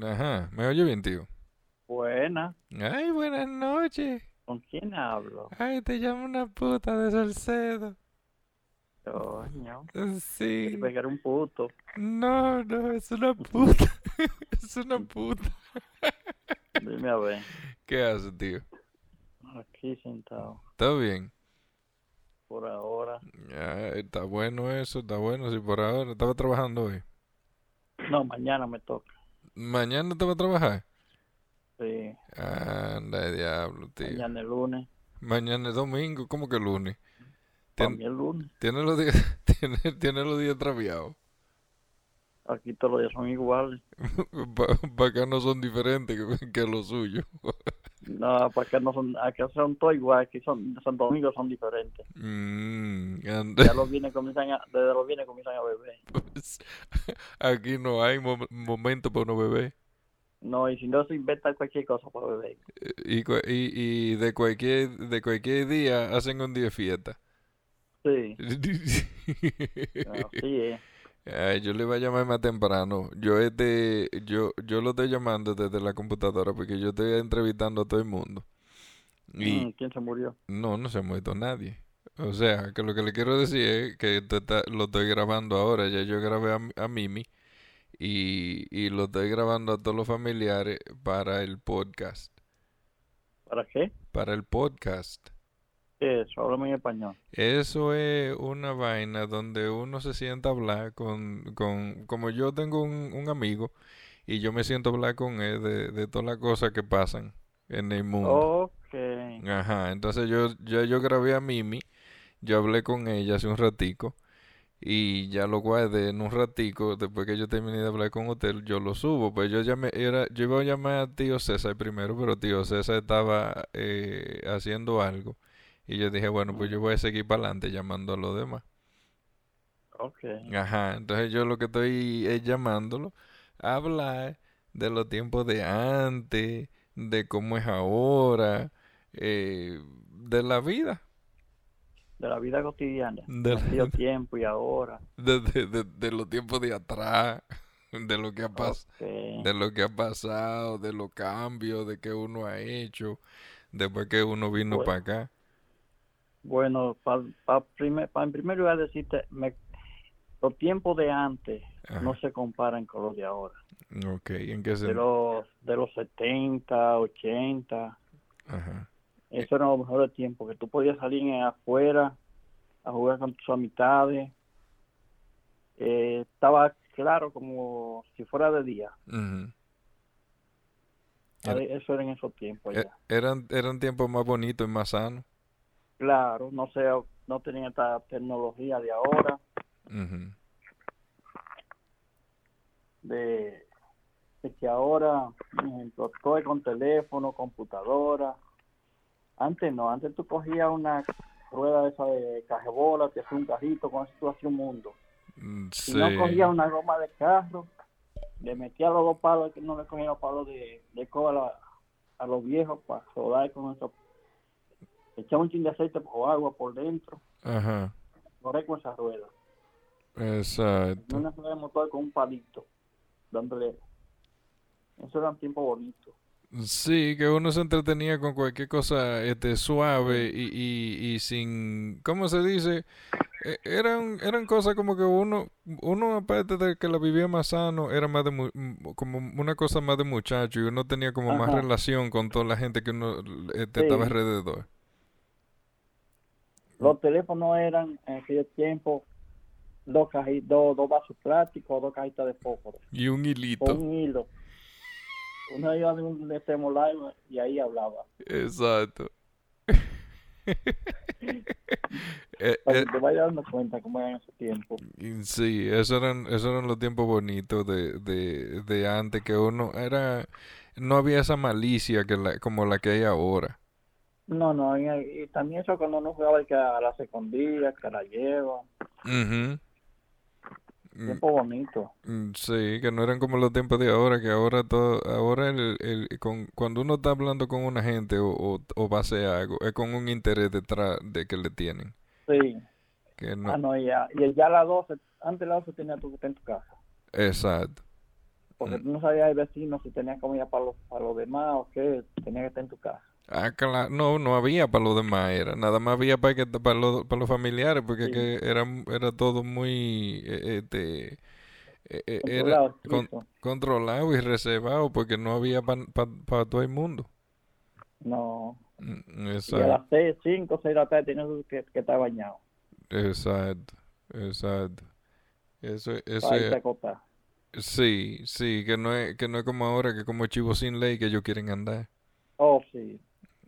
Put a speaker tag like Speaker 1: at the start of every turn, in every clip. Speaker 1: Ajá, ¿me oye bien, tío?
Speaker 2: Buena,
Speaker 1: Ay, buenas noches.
Speaker 2: ¿con quién hablo?
Speaker 1: Ay, te llamo una puta de Salcedo.
Speaker 2: Coño,
Speaker 1: Sí.
Speaker 2: pegar un puto.
Speaker 1: No, no, es una puta. Es una puta.
Speaker 2: Dime a ver,
Speaker 1: ¿Qué haces, tío?
Speaker 2: aquí sentado,
Speaker 1: ¿Está bien?
Speaker 2: por ahora.
Speaker 1: Ay, está bueno eso, está bueno. Si por ahora estaba trabajando hoy.
Speaker 2: No, mañana me toca.
Speaker 1: ¿Mañana te va a trabajar?
Speaker 2: Sí,
Speaker 1: Anda, diablo, tío.
Speaker 2: mañana es lunes.
Speaker 1: Mañana es domingo, ¿cómo que lunes?
Speaker 2: Para
Speaker 1: Tien-
Speaker 2: mí es lunes.
Speaker 1: Tiene los días, tiene, tiene los días traviados.
Speaker 2: Aquí todos los días son iguales.
Speaker 1: Para acá no son diferentes que, que los suyos.
Speaker 2: No, para acá no son, acá son todos iguales, aquí son, son domingos son diferentes.
Speaker 1: Mm, anda.
Speaker 2: Ya los viernes comienzan a, desde los viernes comienzan a beber.
Speaker 1: Pues, Aquí no hay mom- momento para uno beber.
Speaker 2: No, y si no se inventa cualquier cosa para beber.
Speaker 1: Eh, Y, cua- y, y de cualquier de cualquier día hacen un día de fiesta.
Speaker 2: Sí, así es.
Speaker 1: Ay, yo le iba a llamar más temprano. Yo este, yo, yo lo estoy llamando desde la computadora porque yo estoy entrevistando a todo el mundo. Y
Speaker 2: Mm, ¿Quién se murió?
Speaker 1: no, no se ha muerto nadie. O sea, que lo que le quiero decir es que esto está- lo estoy grabando ahora. Ya yo grabé a, M- a Mimi y, y lo estoy grabando a todos los familiares para el podcast.
Speaker 2: ¿Para qué?
Speaker 1: Para el podcast.
Speaker 2: ¿Qué es? Háblame en español.
Speaker 1: Eso es una vaina donde uno se sienta a hablar con, con como yo tengo un, un amigo y yo me siento a hablar con él de, de todas las cosas que pasan en el mundo.
Speaker 2: Ok.
Speaker 1: Ajá, entonces yo, ya yo grabé a Mimi, yo hablé con ella hace un ratico y ya lo guardé en un ratico, después que yo terminé de hablar con usted, yo lo subo, pues yo llamé, era, yo iba a llamar a tío César primero, pero tío César estaba eh, haciendo algo y yo dije, bueno, pues yo voy a seguir para adelante llamando a los demás.
Speaker 2: Ok.
Speaker 1: Ajá, entonces yo lo que estoy es llamándolo a hablar de los tiempos de antes, de cómo es ahora, eh, de la vida,
Speaker 2: De la vida cotidiana.
Speaker 1: de,
Speaker 2: Aquello tiempo y ahora.
Speaker 1: de- de- de- de los tiempos de atrás, de lo
Speaker 2: Oh.
Speaker 1: que ha pas-
Speaker 2: Ok.
Speaker 1: de lo que ha pasado, de los cambios, de que uno ha hecho, después que uno vino
Speaker 2: Bueno.
Speaker 1: para acá.
Speaker 2: Bueno, para en primer lugar decirte, me- los tiempos de antes
Speaker 1: Ajá,
Speaker 2: no se comparan con los de ahora.
Speaker 1: Ok, ¿en qué
Speaker 2: De
Speaker 1: sentido?
Speaker 2: los, de los 70, 80,
Speaker 1: Ajá.
Speaker 2: eso era lo mejor del tiempo, que tú podías salir en- afuera a jugar con tus amistades. Eh, estaba claro como si fuera de día.
Speaker 1: Ujú.
Speaker 2: Ahí- Eso era en esos tiempos
Speaker 1: E-
Speaker 2: Pues ya.
Speaker 1: Eran, eran tiempos más bonitos y más sanos.
Speaker 2: Claro, no sé, no tenía esta tecnología de ahora,
Speaker 1: Ujú.
Speaker 2: de, de que ahora, por ejemplo, todo es con teléfono, computadora. Antes no, antes tú cogías una rueda esa de cajebola, te hacías un carrito, con eso tú hacías un mundo.
Speaker 1: Mm,
Speaker 2: Si
Speaker 1: Sí.
Speaker 2: no cogías una goma de carro, le metías los dos palos, que no le cogía los palos de, de coba a, la- a los viejos para rodar con eso. Echaba un chin de aceite o agua por dentro,
Speaker 1: Ajá.
Speaker 2: correr con esa rueda.
Speaker 1: Exacto.
Speaker 2: una rueda de motor con un palito, dándole. Eso era un tiempo bonito.
Speaker 1: Sí, que uno se entretenía con cualquier cosa este, suave y, y, y sin, ¿cómo se dice? E- eran, eran cosas como que uno, uno aparte de que la vivía más sano, era más de, mu- m- como una cosa más de muchacho y uno tenía como más
Speaker 2: Ajá.
Speaker 1: relación con toda la gente que uno este,
Speaker 2: Sí.
Speaker 1: estaba alrededor.
Speaker 2: Los teléfonos eran en aquel tiempo dos, caji- dos, dos vasos plásticos, dos cajitas de fósforo,
Speaker 1: Y un
Speaker 2: con
Speaker 1: hilito.
Speaker 2: un hilo. Uno iba de un extremo al otro y ahí hablaba.
Speaker 1: Exacto. Eh,
Speaker 2: Para
Speaker 1: eh,
Speaker 2: que te vayas dando cuenta cómo era en ese tiempo.
Speaker 1: Y Sí, esos eran, esos eran los tiempos bonitos de, de, de antes, que uno era, no había esa malicia que la, como la que hay ahora.
Speaker 2: No, no, y, y también eso cuando uno jugaba que a las escondidas, que a la lleva.
Speaker 1: Ujú. Mm,
Speaker 2: Tiempo bonito.
Speaker 1: mm, Sí, que no eran como los tiempos de ahora, que ahora todo, ahora el, el- con, cuando uno está hablando con una gente o, o, o va a hacer algo, es con un interés detrás de que le tienen.
Speaker 2: Sí.
Speaker 1: Que
Speaker 2: Ah,
Speaker 1: no,
Speaker 2: no, ya, y ya a las 12, antes de las 12 tenía tú que estar en tu casa.
Speaker 1: exacto.
Speaker 2: Porque tú no sabías el vecino si tenía comida para los, para los demás o qué, tenía que estar en tu casa.
Speaker 1: Ah, claro. No, no había para los demás, era. Nada más había para, que, para, los, para los familiares, porque
Speaker 2: Sí.
Speaker 1: que era, era todo muy eh, este, eh, eh, era
Speaker 2: Controlado,
Speaker 1: con-
Speaker 2: estricto.
Speaker 1: controlado y reservado, porque no había para todo el mundo.
Speaker 2: No.
Speaker 1: Mm,
Speaker 2: Y a
Speaker 1: Exacto,
Speaker 2: las 6, 5, 6 de la tarde tenías que, que estar bañado
Speaker 1: exacto, exacto. Eso, eso
Speaker 2: para irte a
Speaker 1: es,
Speaker 2: acostar.
Speaker 1: sí, sí, que no es, que no es como ahora, que como chivo sin ley que ellos quieren andar.
Speaker 2: Oh, sí.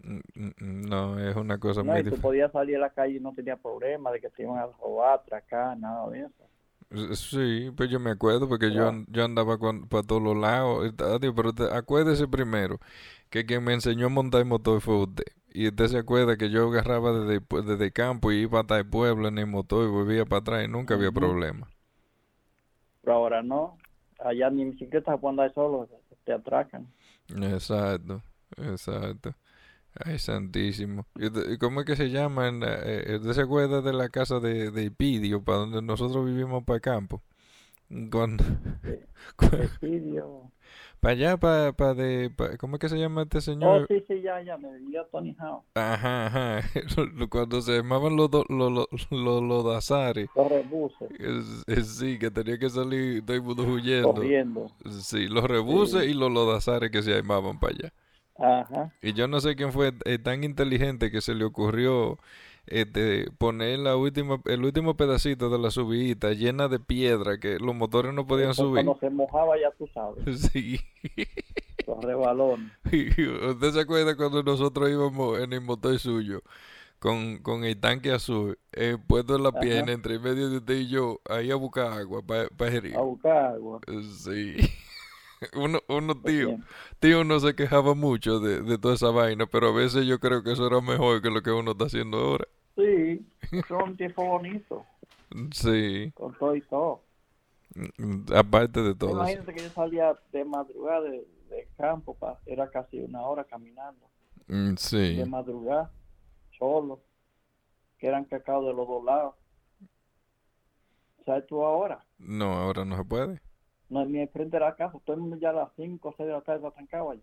Speaker 1: Mm, mm, mm, No, es una cosa
Speaker 2: No, y
Speaker 1: muy
Speaker 2: tú
Speaker 1: diferente.
Speaker 2: podías salir a la calle y no tenías problema de que te iban a robar, atracar, nada de eso.
Speaker 1: Eh, Sí, pues yo me acuerdo porque yo,
Speaker 2: Claro.
Speaker 1: an- yo andaba para todos los lados. y ta- digo, Pero te- acuérdese primero que quien me enseñó a montar motor fue usted. Y usted se acuerda que yo agarraba desde, el pue- desde el campo y iba hasta el pueblo en el motor y volvía para atrás y nunca había
Speaker 2: Ujú.
Speaker 1: problema.
Speaker 2: Pero ahora no. Allá ni en bicicleta se puede andar solo, te atracan.
Speaker 1: Exacto, exacto. Ay, santísimo. ¿Y usted- y cómo es que se llama? en la- eh, ¿Usted se acuerda de la casa de, de Ipidio, para donde nosotros vivimos para el campo? Cuando,
Speaker 2: Eh,
Speaker 1: cu-
Speaker 2: Presidio.
Speaker 1: Para allá, para, de, pa- ¿cómo es que se llama este
Speaker 2: Oh,
Speaker 1: señor?
Speaker 2: sí, sí, ya, ya, me diría Tony Hao.
Speaker 1: Ajá, ajá. Lo- Cuando se llamaban los do- lo- lo- lo- lodazares.
Speaker 2: Los rebuses,
Speaker 1: Es- es- Sí, que tenía que salir todo el mundo huyendo.
Speaker 2: corriendo.
Speaker 1: Sí, los rebuses
Speaker 2: Sí.
Speaker 1: y los lodazares que se llamaban para allá.
Speaker 2: Ajá.
Speaker 1: Y yo no sé quién fue eh, tan inteligente que se le ocurrió este, poner la última, el último pedacito de la subidita llena de piedra que los motores no podían
Speaker 2: Eso
Speaker 1: subir.
Speaker 2: cuando se mojaba, ya tú sabes,
Speaker 1: Sí.
Speaker 2: los rebalones.
Speaker 1: ¿Usted se acuerda cuando nosotros íbamos en el motor suyo con, con el tanque azul eh, puesto en la
Speaker 2: Ajá.
Speaker 1: pierna entre medio de usted y yo ahí a buscar agua para el río?
Speaker 2: A buscar agua.
Speaker 1: Eh, Sí. Uno, uno
Speaker 2: pues
Speaker 1: tío,
Speaker 2: bien.
Speaker 1: tío uno se quejaba mucho de, de toda esa vaina, pero a veces yo creo que eso era mejor que lo que uno está haciendo ahora.
Speaker 2: Sí, son tiempos bonitos,
Speaker 1: Sí,
Speaker 2: con todo y todo.
Speaker 1: Mm, aparte de
Speaker 2: Yo
Speaker 1: todo. sí.
Speaker 2: Imagínate que yo salía de madrugada de, de campo, pa- era casi una hora caminando,
Speaker 1: Mm, Sí,
Speaker 2: de madrugada, solo, que eran cacao de los dos lados. ¿Sabes tú ahora?
Speaker 1: no, ahora no se puede.
Speaker 2: No, ni enfrente de la casa, todo el mundo ya a las 5 o 6 de la tarde atancaba allá.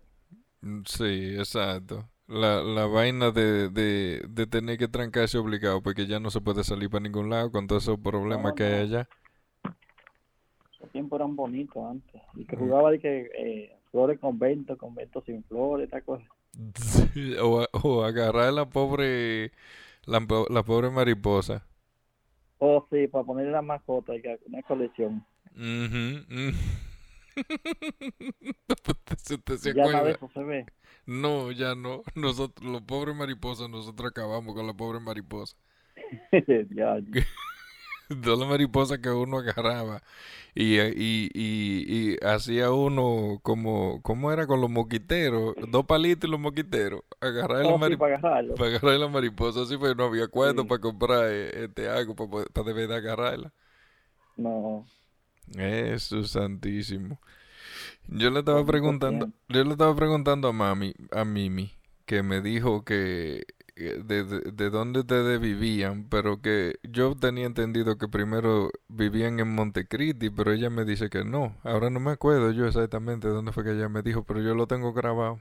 Speaker 1: Mm, Sí, exacto. La, la vaina de, de, de tener que trancarse obligado, porque ya no se puede salir para ningún lado con todos esos problemas
Speaker 2: No,
Speaker 1: que hay
Speaker 2: no.
Speaker 1: allá.
Speaker 2: Los tiempos eran bonitos antes. Y que
Speaker 1: Mm.
Speaker 2: jugaba de que eh, flores con vento, con vento sin flores, esta cosa.
Speaker 1: Sí, O, a- o agarrar la pobre, la, po- la pobre mariposa.
Speaker 2: Oh, sí, para ponerle la mascota, y que- una colección.
Speaker 1: Ujú, mm. Usted se- usted se
Speaker 2: Ya nada de
Speaker 1: acuerda.
Speaker 2: eso se ve.
Speaker 1: No, ya no. Nosotros, los pobres mariposas, nosotros acabamos con la pobre mariposa.
Speaker 2: ya,
Speaker 1: Todas las mariposas que uno agarraba y, eh, y, y, y hacía uno como, ¿cómo era con los moquiteros? Dos palitos y los moquiteros. Agarrar la
Speaker 2: Oh, sí,
Speaker 1: mariposa.
Speaker 2: para agarrarlo.
Speaker 1: Para agarrar la mariposa, sí, pero no había cuarto
Speaker 2: Sí.
Speaker 1: para comprar eh, este algo para, poder- para de verdad agarrarla.
Speaker 2: No.
Speaker 1: Jesús santísimo. Yo le estaba
Speaker 2: Bonito
Speaker 1: preguntando,
Speaker 2: tiempo.
Speaker 1: yo le estaba preguntando a mami, a Mimi, que me dijo que eh, de, de, de dónde ustedes vivían, pero que yo tenía entendido que primero vivían en Montecristi, pero ella me dice que no. Ahora no me acuerdo yo exactamente dónde fue que ella me dijo, pero yo lo tengo grabado.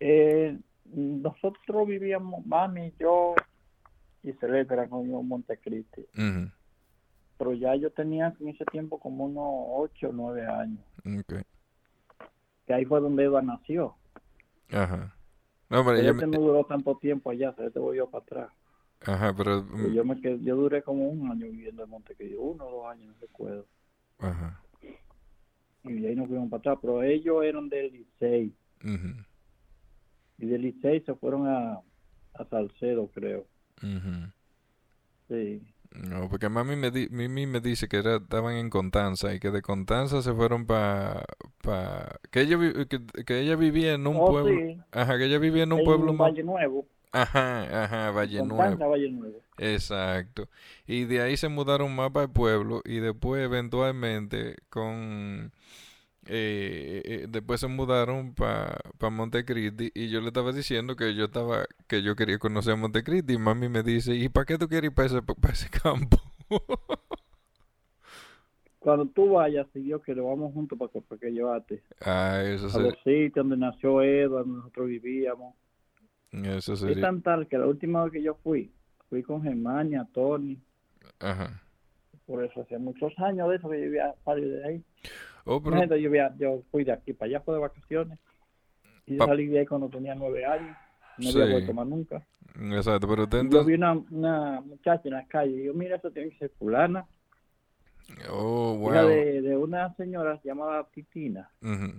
Speaker 2: Eh, nosotros vivíamos, mami, yo y Celebra conmigo en Montecristi,
Speaker 1: Ujú,
Speaker 2: pero ya yo tenía en ese tiempo como unos 8 o 9 años,
Speaker 1: ok.
Speaker 2: que ahí fue donde Eva nació.
Speaker 1: Ajá. No, pero ella
Speaker 2: Celeste
Speaker 1: me-
Speaker 2: no duró tanto tiempo allá, Celeste volvió para atrás.
Speaker 1: Ajá, pero...
Speaker 2: Pero yo, me quedé, yo duré como un año viviendo en Montecristi, uno o dos años, no recuerdo.
Speaker 1: mm, Ajá.
Speaker 2: Y de ahí nos fuimos para atrás, pero ellos eran del Licey,
Speaker 1: ujú,
Speaker 2: y del Licey se fueron a, a Salcedo, creo.
Speaker 1: ujú.
Speaker 2: Sí.
Speaker 1: No, porque mami me, di- Mimi me dice que era, estaban en Contanza y que de Contanza se fueron para... Pa, que, ella vi- que, que ella vivía en un
Speaker 2: Oh,
Speaker 1: pueblo...
Speaker 2: sí,
Speaker 1: Ajá, que ella vivía en un
Speaker 2: en
Speaker 1: pueblo más...
Speaker 2: Valle Nuevo,
Speaker 1: Ajá, ajá, Valle Nuevo.
Speaker 2: Constanza Valle Nuevo.
Speaker 1: Exacto. Y de ahí se mudaron más para el pueblo y después eventualmente con... eh, eh, eh, después se mudaron para pa Montecristi y yo le estaba diciendo que yo estaba que yo quería conocer a Montecristi y mami me dice, ¿y para qué tú quieres ir para ese, pa ese campo?
Speaker 2: Cuando tú vayas, si Dios quiere, vamos juntos para que, para que llevarte.
Speaker 1: Ah, eso
Speaker 2: A los
Speaker 1: sería.
Speaker 2: sitios donde nació Edward, nosotros vivíamos.
Speaker 1: Eso
Speaker 2: Es
Speaker 1: sería.
Speaker 2: tan tal que la última vez que yo fui, fui con Germania, Tony,
Speaker 1: Ajá.
Speaker 2: por eso hace muchos años de eso que yo vivía varios de ahí.
Speaker 1: Oh, pero.
Speaker 2: Imagínate, yo, vivía- yo fui de aquí para allá, fue de vacaciones. Y yo
Speaker 1: Pa-
Speaker 2: salí de ahí cuando tenía nueve años. No
Speaker 1: Sí.
Speaker 2: había vuelto más nunca.
Speaker 1: Exacto, pero usted
Speaker 2: Y Yo vi
Speaker 1: entonces.
Speaker 2: una, una muchacha en la calle y yo, mira, eso tiene que ser fulana.
Speaker 1: Oh,
Speaker 2: Era
Speaker 1: wow.
Speaker 2: de, de una señora llamada Titina.
Speaker 1: Ujú.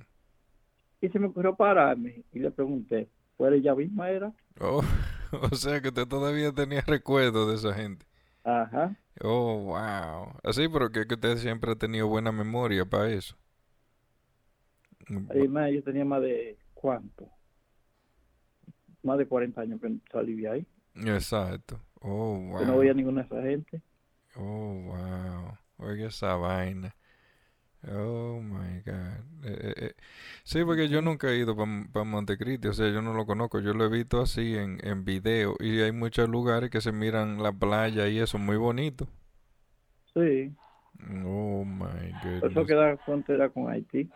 Speaker 2: Y se me ocurrió pararme y le pregunté, ¿pues ella misma era?
Speaker 1: Oh, o sea que usted todavía tenía recuerdos de esa gente.
Speaker 2: Ajá.
Speaker 1: Oh, wow. Así, pero que, que usted siempre ha tenido buena memoria para eso. Mm,
Speaker 2: Y más, yo tenía más de, ¿cuánto? Más de 40 años que salí de ahí.
Speaker 1: Exacto. Oh, wow.
Speaker 2: Que no veía ninguna de esa gente.
Speaker 1: Oh, wow. Oiga esa vaina. Oh, my God. Eh, eh, eh. Sí, porque yo nunca he ido para Montecristi, o sea, yo no lo conozco, yo lo he visto así en, en video y hay muchos lugares que se miran la playa y eso, muy bonito.
Speaker 2: Sí.
Speaker 1: Oh, my
Speaker 2: Por eso
Speaker 1: goodness.
Speaker 2: queda frontera con Haití.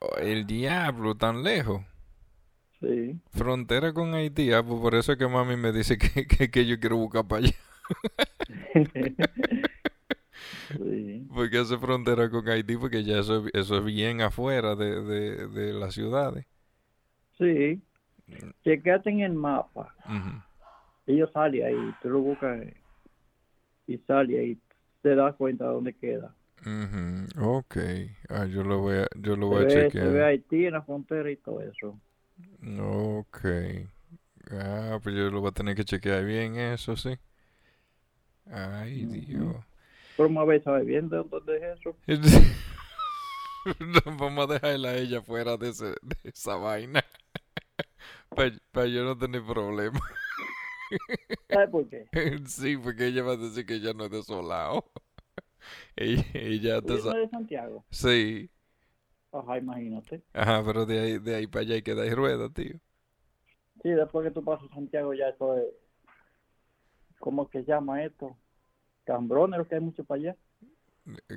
Speaker 1: Oh, el diablo, tan lejos.
Speaker 2: Sí.
Speaker 1: Frontera con Haití, ah, pues por eso es que mami me dice que, que, que yo quiero buscar para allá,
Speaker 2: sí.
Speaker 1: porque hace frontera con Haití, porque ya eso, eso es bien afuera de, de, de las ciudades.
Speaker 2: Sí. Chequéate en el mapa.
Speaker 1: Ujú.
Speaker 2: Ellos salen ahí. Tú lo buscas eh, y sale ahí. Te das cuenta de dónde queda.
Speaker 1: Ujú, Ok, ah, yo lo voy a, yo lo
Speaker 2: Se
Speaker 1: voy a
Speaker 2: ve, se
Speaker 1: chequear.
Speaker 2: ve Haití en la frontera y todo eso.
Speaker 1: Ok, ah, pues yo lo voy a tener que chequear bien, eso sí. Ay, Dios.
Speaker 2: ¿Cómo a ver, sabes bien de dónde es eso?
Speaker 1: No, Vamos a dejarla a ella fuera de, ese- de esa vaina. Para yo no tener problema.
Speaker 2: ¿Sabes por qué?
Speaker 1: Sí, porque ella va a decir que ella no es de su lado. Ella, ella te
Speaker 2: Yo
Speaker 1: sa-
Speaker 2: soy de Santiago.
Speaker 1: Sí,
Speaker 2: Ajá, imagínate.
Speaker 1: ajá, pero de ahí, de ahí para allá hay que dar rueda, tío.
Speaker 2: Sí, después que tú pasas Santiago ya eso es... ¿Cómo que llama esto? Cambrones, lo que hay mucho para allá.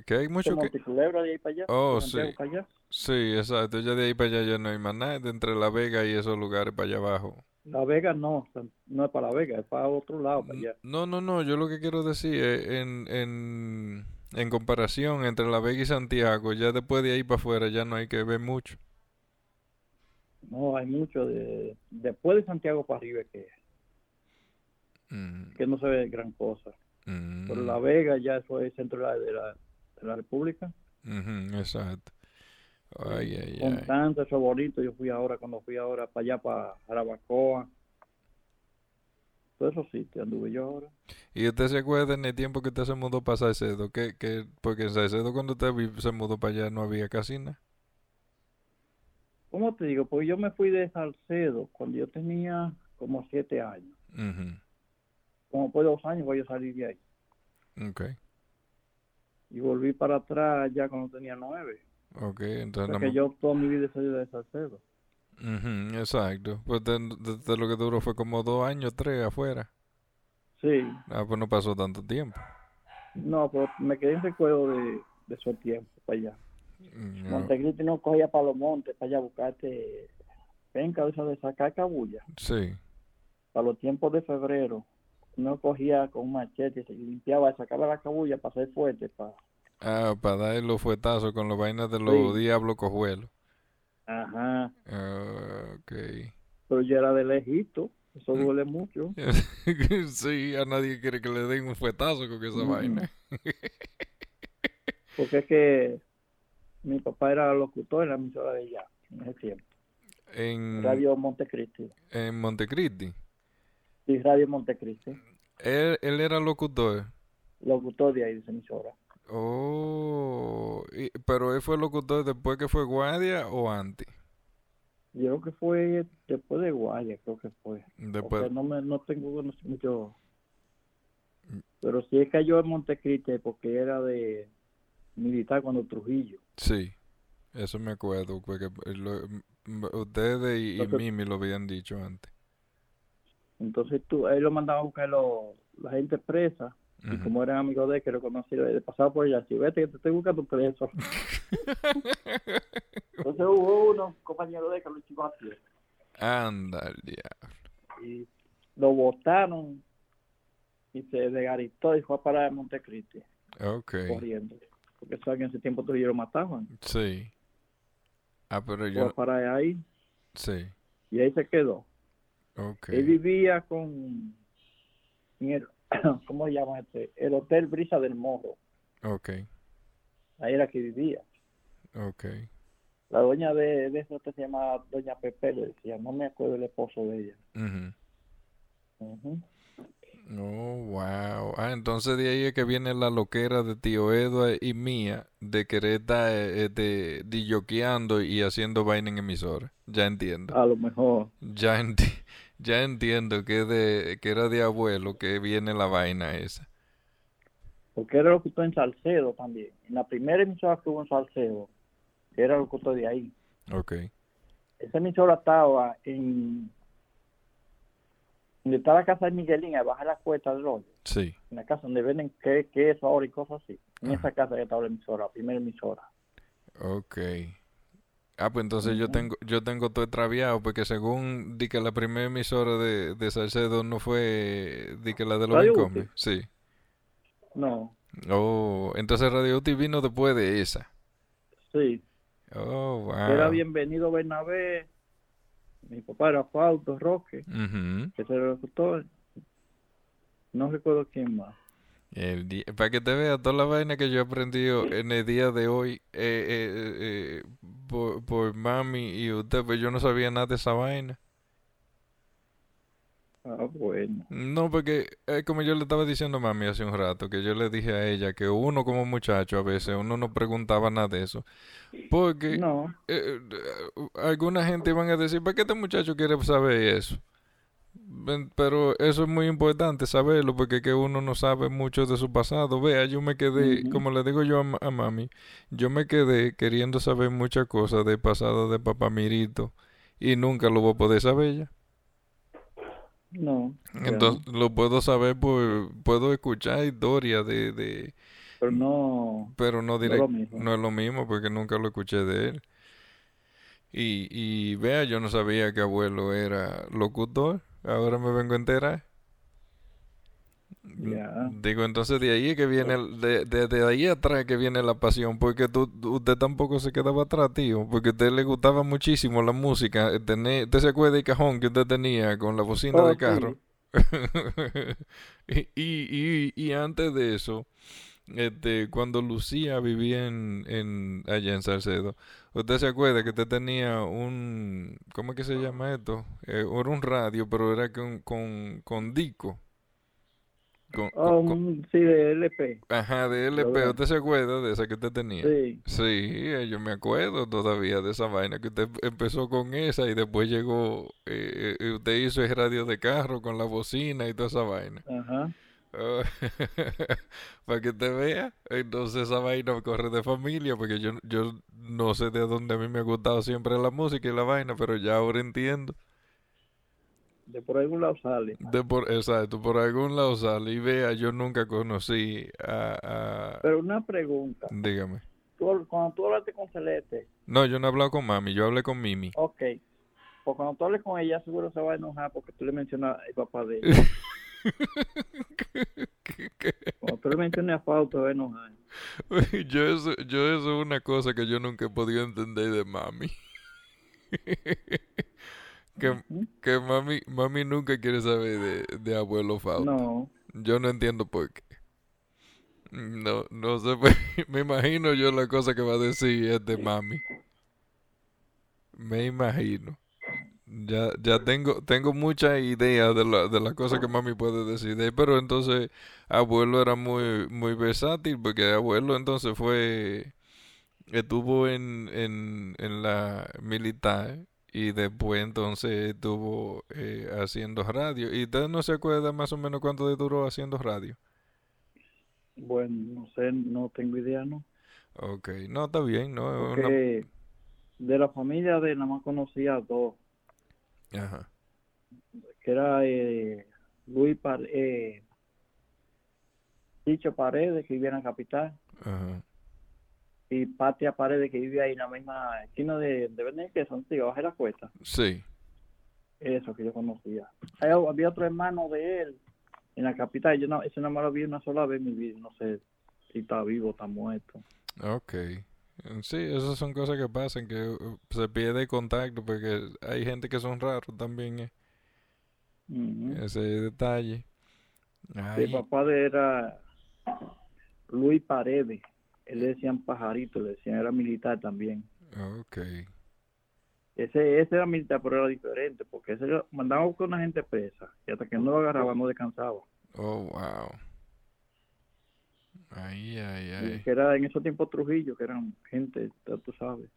Speaker 1: Que hay
Speaker 2: De
Speaker 1: mucho que...
Speaker 2: Monteculebra de ahí para allá.
Speaker 1: Oh,
Speaker 2: de Santiago
Speaker 1: sí.
Speaker 2: para allá.
Speaker 1: Sí, exacto. Ya de ahí para allá ya no hay más nada. de Entre La Vega y esos lugares para allá abajo.
Speaker 2: La Vega no, San- no es para La Vega, es para otro lado, para
Speaker 1: N-
Speaker 2: allá.
Speaker 1: No, no, no. Yo lo que quiero decir es en, en, en comparación entre La Vega y Santiago, ya después de ahí para afuera ya no hay que ver mucho.
Speaker 2: No, hay mucho de... Después de Santiago para arriba que,
Speaker 1: Mm,
Speaker 2: que no se ve gran cosa. Pero La
Speaker 1: mm,
Speaker 2: Vega ya eso es centro de la, de la, de la República.
Speaker 1: ujú, exacto. Ay, ay,
Speaker 2: Con
Speaker 1: ay.
Speaker 2: tanto, eso es bonito. Yo fui ahora, cuando fui ahora para allá, para Jarabacoa. Todos esos sitios anduve yo ahora.
Speaker 1: Y usted se acuerda en el tiempo que usted se mudó para Salcedo, que, que, porque en Salcedo cuando usted vi- se mudó para allá no había casina.
Speaker 2: ¿Cómo te digo? Pues yo me fui de Salcedo cuando yo tenía como siete años.
Speaker 1: Ujú,
Speaker 2: Como por dos años voy a salir de ahí.
Speaker 1: Ok,
Speaker 2: Y volví para atrás ya cuando tenía nueve.
Speaker 1: ok,
Speaker 2: O
Speaker 1: entonces
Speaker 2: sea
Speaker 1: nada
Speaker 2: que
Speaker 1: más-
Speaker 2: yo toda mi vida he salido de Salcedo.
Speaker 1: Ujú, exacto. Pues te- te- te lo que duró fue como dos años, tres afuera.
Speaker 2: Sí.
Speaker 1: Ah, pues no pasó tanto tiempo.
Speaker 2: No, pero me quedé en recuerdo de, de esos tiempos para allá.
Speaker 1: Mm, ah,
Speaker 2: Montecristi no cogía para los montes, para allá a buscarte penca de esa de sacar cabulla.
Speaker 1: Sí.
Speaker 2: para los tiempos de febrero, uno cogía con un machete, se limpiaba, sacaba la cabulla para ser fuerte. Para...
Speaker 1: Ah, para dar los fuetazos con las vainas de los
Speaker 2: Sí.
Speaker 1: diablos cojuelos.
Speaker 2: Ajá.
Speaker 1: Ah, ok.
Speaker 2: Pero yo era de lejito, eso duele mucho.
Speaker 1: Sí, a nadie quiere que le den un fuetazo con esa
Speaker 2: Mm.
Speaker 1: vaina.
Speaker 2: Porque es que mi papá era locutor en la emisora de allá, en ese tiempo.
Speaker 1: En,
Speaker 2: Radio Montecristi.
Speaker 1: en Montecristi.
Speaker 2: Sí, Radio Montecristi.
Speaker 1: Él, él era locutor.
Speaker 2: Locutor de ahí, de esa emisora.
Speaker 1: Oh, y- pero él fue locutor después que fue guardia o antes.
Speaker 2: Yo creo que fue después de Guaya, creo que fue.
Speaker 1: Después.
Speaker 2: Porque no, me, no tengo conoc- mucho. Pero sí es que yo en Montecristi porque era de militar cuando Trujillo.
Speaker 1: Sí, eso me acuerdo, porque eh, lo- m- m- ustedes y, y
Speaker 2: Lo que-
Speaker 1: Mimi lo habían dicho antes.
Speaker 2: Entonces tú, él lo mandaba a buscar los, la gente presa Y como eran amigos de él, que lo conocí, le pasaba por allá, si vete que te estoy buscando un preso. Entonces hubo uno, un compañero de él, que lo chicos a pie.
Speaker 1: Anda, el diablo.
Speaker 2: Y lo botaron y se desgaritó y fue a parar a Montecristi
Speaker 1: Ok.
Speaker 2: corriendo. Porque saben que en ese tiempo todavía lo mataban.
Speaker 1: Sí. Ah, pero
Speaker 2: Fue
Speaker 1: yo.
Speaker 2: a parar ahí
Speaker 1: Sí.
Speaker 2: y ahí se quedó.
Speaker 1: Ok.
Speaker 2: Él vivía con. en el- ¿Cómo se llama este? El Hotel Brisa del Morro.
Speaker 1: Ok.
Speaker 2: Ahí era que vivía.
Speaker 1: Ok.
Speaker 2: La doña de, de ese hotel se llamaba Doña Pepe, le decía. No me acuerdo el esposo de ella.
Speaker 1: Ujú.
Speaker 2: Ujú.
Speaker 1: Oh, wow. Ah, entonces de ahí es que viene la loquera de tío Edward y mía de querer estar eh, eh, de, disyoqueando y haciendo vaina en emisora. Ya entiendo.
Speaker 2: A lo mejor.
Speaker 1: Ya, enti- ya entiendo que, de, que era de abuelo que viene la vaina esa.
Speaker 2: Porque era locutor en Salcedo también. En la primera emisora que hubo en Salcedo, era locutor de ahí.
Speaker 1: Ok.
Speaker 2: Esa emisora estaba en. donde está la casa de Miguelín, abajo de la cuesta del hoyo.
Speaker 1: Sí.
Speaker 2: en la casa donde venden que- queso ahora y cosas así. En
Speaker 1: Ajá.
Speaker 2: esa casa que estaba la emisora, la primera emisora.
Speaker 1: Ok. Ah, pues entonces yo
Speaker 2: Ujú.
Speaker 1: tengo, yo tengo todo extraviado, porque según di que la primera emisora de, de Salcedo no fue di que la de los
Speaker 2: Radio
Speaker 1: Incomes.
Speaker 2: Útil.
Speaker 1: Sí.
Speaker 2: No,
Speaker 1: Oh, entonces Radio Útil vino después de esa.
Speaker 2: sí.
Speaker 1: Oh, wow.
Speaker 2: Era bienvenido Bernabé. Mi papá era Fausto Roque,
Speaker 1: Ujú.
Speaker 2: que se resultó. No recuerdo quién más.
Speaker 1: El di- Para que te veas toda la vaina que yo aprendí en el día de hoy eh, eh, eh, eh, por, por mami y usted, pues yo no sabía nada de esa vaina.
Speaker 2: Ah, bueno.
Speaker 1: No, porque es como yo le estaba diciendo a mami hace un rato, que yo le dije a ella que uno como muchacho a veces, uno no preguntaba nada de eso. Porque
Speaker 2: No,
Speaker 1: eh, eh, alguna gente van a decir, ¿para qué este muchacho quiere saber eso? Ven, Pero eso es muy importante saberlo porque que uno no sabe mucho de su pasado. Vea, yo me quedé,
Speaker 2: Ujú.
Speaker 1: como le digo yo a, ma- a mami, yo me quedé queriendo saber muchas cosas del pasado de papá Mirito y nunca lo voy a poder saber ya.
Speaker 2: no. ya
Speaker 1: Entonces
Speaker 2: no.
Speaker 1: lo puedo saber por, puedo escuchar historias de, de,
Speaker 2: Pero no,
Speaker 1: pero
Speaker 2: no
Speaker 1: no
Speaker 2: lo
Speaker 1: direct,
Speaker 2: mismo.
Speaker 1: no es lo mismo porque nunca lo escuché de él. Y, y vea, yo no sabía que abuelo era locutor, ahora me vengo a enterar. Mm,
Speaker 2: Ya.
Speaker 1: Digo, entonces de ahí es que viene, el- de, de, de ahí atrás que viene la pasión, porque tú, tú- usted tampoco se quedaba atrás, tío, porque a usted le gustaba muchísimo la música, eh, tené- usted se acuerda del cajón que usted tenía con la bocina
Speaker 2: Oh,
Speaker 1: del carro.
Speaker 2: sí.
Speaker 1: Y, y, y, y antes de eso, este, cuando Lucía vivía en, en, allá en Salcedo, usted se acuerda que usted tenía un, ¿cómo es que se llama esto? Eh, era un radio, pero era con, con, con disco. Con, con,
Speaker 2: Oh,
Speaker 1: con-
Speaker 2: un- sí, de LP.
Speaker 1: ajá, de
Speaker 2: lo
Speaker 1: LP,
Speaker 2: veo.
Speaker 1: ¿usted se acuerda de esa que usted tenía?
Speaker 2: Sí.
Speaker 1: Sí, eh, yo me acuerdo todavía de esa vaina que usted empezó con esa y después llegó, eh, eh, usted hizo el radio de carro con la bocina y toda esa vaina.
Speaker 2: Ajá.
Speaker 1: Ah, para que te vea, entonces esa vaina corre de familia, porque yo, yo no sé de dónde a mí me ha gustado siempre la música y la vaina, pero ya ahora entiendo.
Speaker 2: De por algún lado sale.
Speaker 1: De por, exacto, por algún lado sale y vea, yo nunca conocí a, a-
Speaker 2: Pero una pregunta.
Speaker 1: Dígame.
Speaker 2: Tú, cuando tú hablaste con Celeste,
Speaker 1: No, yo no he hablado con mami, yo hablé con Mimi.
Speaker 2: Ok, pues cuando tú hables con ella seguro se va a enojar porque tú le mencionas el papá de ella. Cuando tú le mencionas a Fausto se va a enojar.
Speaker 1: Yo eso, yo eso es una cosa que yo nunca he podido entender de mami. Que,
Speaker 2: Ujú.
Speaker 1: que mami, mami nunca quiere saber de, de abuelo Fausto.
Speaker 2: No,
Speaker 1: Yo no entiendo por qué. No, no sé, pues, me imagino yo la cosa que va a decir es de mami. Me imagino. Ya, ya tengo, tengo mucha idea de la, de las cosas que mami puede decir de él, pero entonces abuelo era muy, muy versátil, porque abuelo entonces fue, estuvo en, en, en la militar y después entonces estuvo eh, haciendo radio. ¿Y usted no se acuerda más o menos cuánto duró haciendo radio?
Speaker 2: bueno, no sé, no tengo idea, ¿no?
Speaker 1: Ok, no, está bien, ¿no? Es una...
Speaker 2: Porque de la familia de él nada más conocía a dos,
Speaker 1: Ajá.
Speaker 2: que era eh, Luis Par eh, Chicho Paredes, que vivía en la capital,
Speaker 1: Ajá.
Speaker 2: y Patia Paredes, que vivía ahí en la misma esquina de, de Benet, que son tíos, bajo la cuesta.
Speaker 1: Sí.
Speaker 2: Eso que yo conocía. Hay- había otro hermano de él en la capital. Yo no, ese nomás lo vi una sola vez en mi vida. No sé si está vivo o está muerto.
Speaker 1: Ok. Mm, Sí, esas son cosas que pasan, que uh, se pierde contacto porque hay gente que son raros también, eh,
Speaker 2: Ujú.
Speaker 1: ese detalle.
Speaker 2: El
Speaker 1: Ay,
Speaker 2: papá de él era Luis Paredes. Él le decían pajarito, le decían, era militar también.
Speaker 1: ok.
Speaker 2: Ese, ese era militar, pero era diferente, porque ese lo mandaban a buscar una gente presa, y hasta que no lo agarraban no descansaba.
Speaker 1: Oh, wow. Ay, ay,
Speaker 2: Y
Speaker 1: ay.
Speaker 2: Que era en esos tiempos Trujillo, que eran gente, ya tú sabes.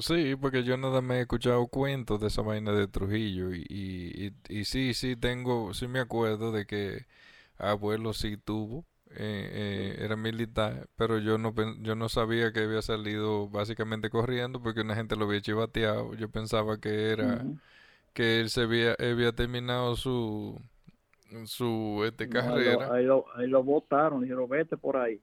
Speaker 1: Sí, porque yo nada más he escuchado cuentos de esa vaina de Trujillo y, y, y, y sí, sí tengo, sí me acuerdo de que abuelo sí tuvo, eh, eh, era militar, pero yo no, pen- yo no sabía que había salido básicamente corriendo porque una gente lo había chivateado, yo pensaba que era
Speaker 2: Ujú.
Speaker 1: que él se había, había terminado su, su este,
Speaker 2: No, ahí, lo,
Speaker 1: carrera.
Speaker 2: ahí, lo, ahí lo botaron, le dijeron, vete por ahí.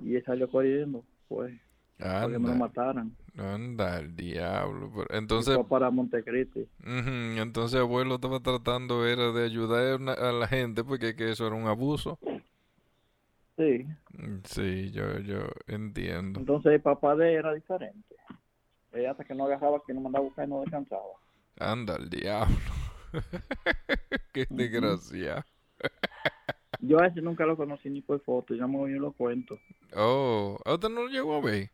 Speaker 2: Y él salió corriendo, pues, para que no lo
Speaker 1: Anda,
Speaker 2: mataran.
Speaker 1: anda, el diablo. pero-
Speaker 2: Y
Speaker 1: Entonces,
Speaker 2: fue para Montecristi.
Speaker 1: Ujú, Entonces abuelo estaba tratando era de ayudar a una- a la gente porque que eso era un abuso.
Speaker 2: Sí,
Speaker 1: Mm, Sí, yo, yo entiendo.
Speaker 2: entonces el papá de él era diferente. Él hasta que no agarraba, que no mandaba a buscar, no descansaba.
Speaker 1: Anda al diablo. Qué
Speaker 2: Ujú.
Speaker 1: desgracia.
Speaker 2: Yo a ese nunca lo conocí ni por foto, yo no yo lo cuento.
Speaker 1: Oh, ¿a usted no lo llegó a ver?
Speaker 2: Eh,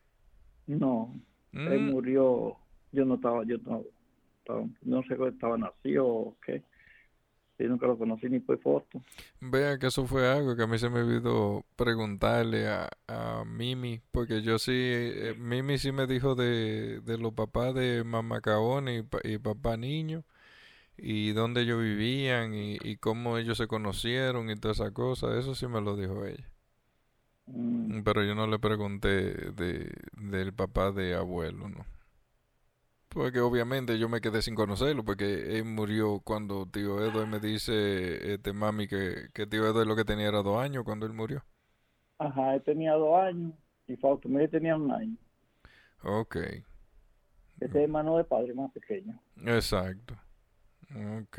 Speaker 2: No, él
Speaker 1: Mm,
Speaker 2: murió, yo no estaba, yo no, estaba- no sé cuándo estaba nacido o qué. Yo nunca lo conocí ni por foto.
Speaker 1: Vea que eso fue algo que a mí se me olvidó preguntarle a, a Mimi, porque yo sí, eh, Mimi sí me dijo de, de los papás de Mamá Caona y, pa- y Papá Niño, y dónde ellos vivían y, y cómo ellos se conocieron y toda esa cosa, eso sí me lo dijo ella.
Speaker 2: Mm,
Speaker 1: Mm, Pero yo no le pregunté de, del papá de abuelo, ¿no? Porque obviamente yo me quedé sin conocerlo, porque él murió cuando tío Edward me dice, este mami, que, que tío Edward lo que tenía era dos años cuando él murió.
Speaker 2: Ajá, él tenía dos años y Fausto Miguel tenía un año.
Speaker 1: Ok,
Speaker 2: Ese
Speaker 1: Mm.
Speaker 2: es hermano de padre más pequeño.
Speaker 1: exacto. Ok.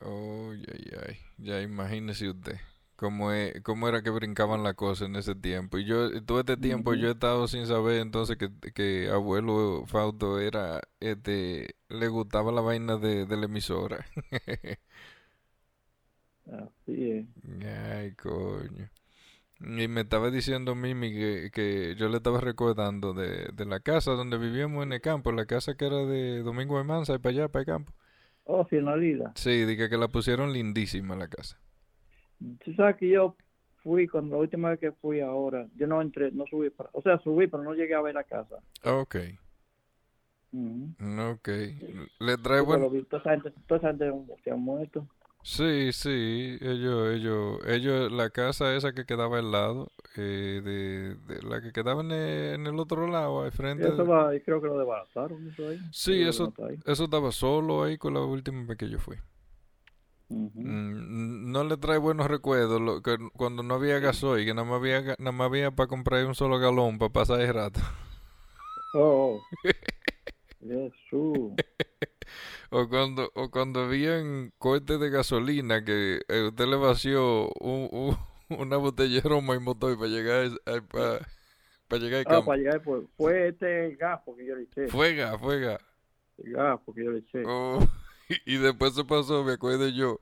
Speaker 1: Oh, ay, ay. Ya imagínese usted cómo, e- cómo era que brincaban las cosas en ese tiempo. Y yo, todo este tiempo
Speaker 2: Ujú.
Speaker 1: yo he estado sin saber entonces que, que abuelo Fausto era, este, le gustaba la vaina de, de la emisora.
Speaker 2: Así es.
Speaker 1: Ay, coño. Y me estaba diciendo Mimi que, que yo le estaba recordando de, de la casa donde vivíamos en el campo, la casa que era de Domingo de Mansa y para allá, para el campo.
Speaker 2: Oh, finalidad.
Speaker 1: Sí, dije que la pusieron lindísima la casa.
Speaker 2: Tú sabes que yo fui, cuando la última vez que fui ahora, yo no entré, no subí, para, o sea, subí, pero no llegué a ver la casa.
Speaker 1: Ok,
Speaker 2: Ujú.
Speaker 1: ok. Le trae
Speaker 2: Sí, pues,
Speaker 1: bueno.
Speaker 2: lo vi, toda esa gente, toda esa gente se ha muerto.
Speaker 1: Sí, sí, ellos, ellos, ellos, la casa esa que quedaba al lado, eh, de, de la que quedaba en el, en el otro lado, al
Speaker 2: Y
Speaker 1: frente.
Speaker 2: eso
Speaker 1: de-
Speaker 2: va, y creo que lo desbarataron, eso ahí. Yo
Speaker 1: Sí,
Speaker 2: creo que no
Speaker 1: eso,
Speaker 2: está ahí.
Speaker 1: eso estaba solo ahí con la última vez que yo fui.
Speaker 2: Ujú.
Speaker 1: Mm, No le trae buenos recuerdos lo que, cuando no había gasoil, que nada más había, ga- nada más había para comprar un solo galón para pasar el rato.
Speaker 2: Oh, Jesús.
Speaker 1: O cuando, o cuando habían cortes de gasolina que eh, usted le vació un- un- una botella de Roma y motor para llegar al- al- pa- para llegar al
Speaker 2: Ah,
Speaker 1: campo.
Speaker 2: para llegar después. Fue este gafo que yo le eché.
Speaker 1: Fuega, fuega.
Speaker 2: El gafo que yo le eché.
Speaker 1: Oh, Y después se pasó, me acuerdo yo,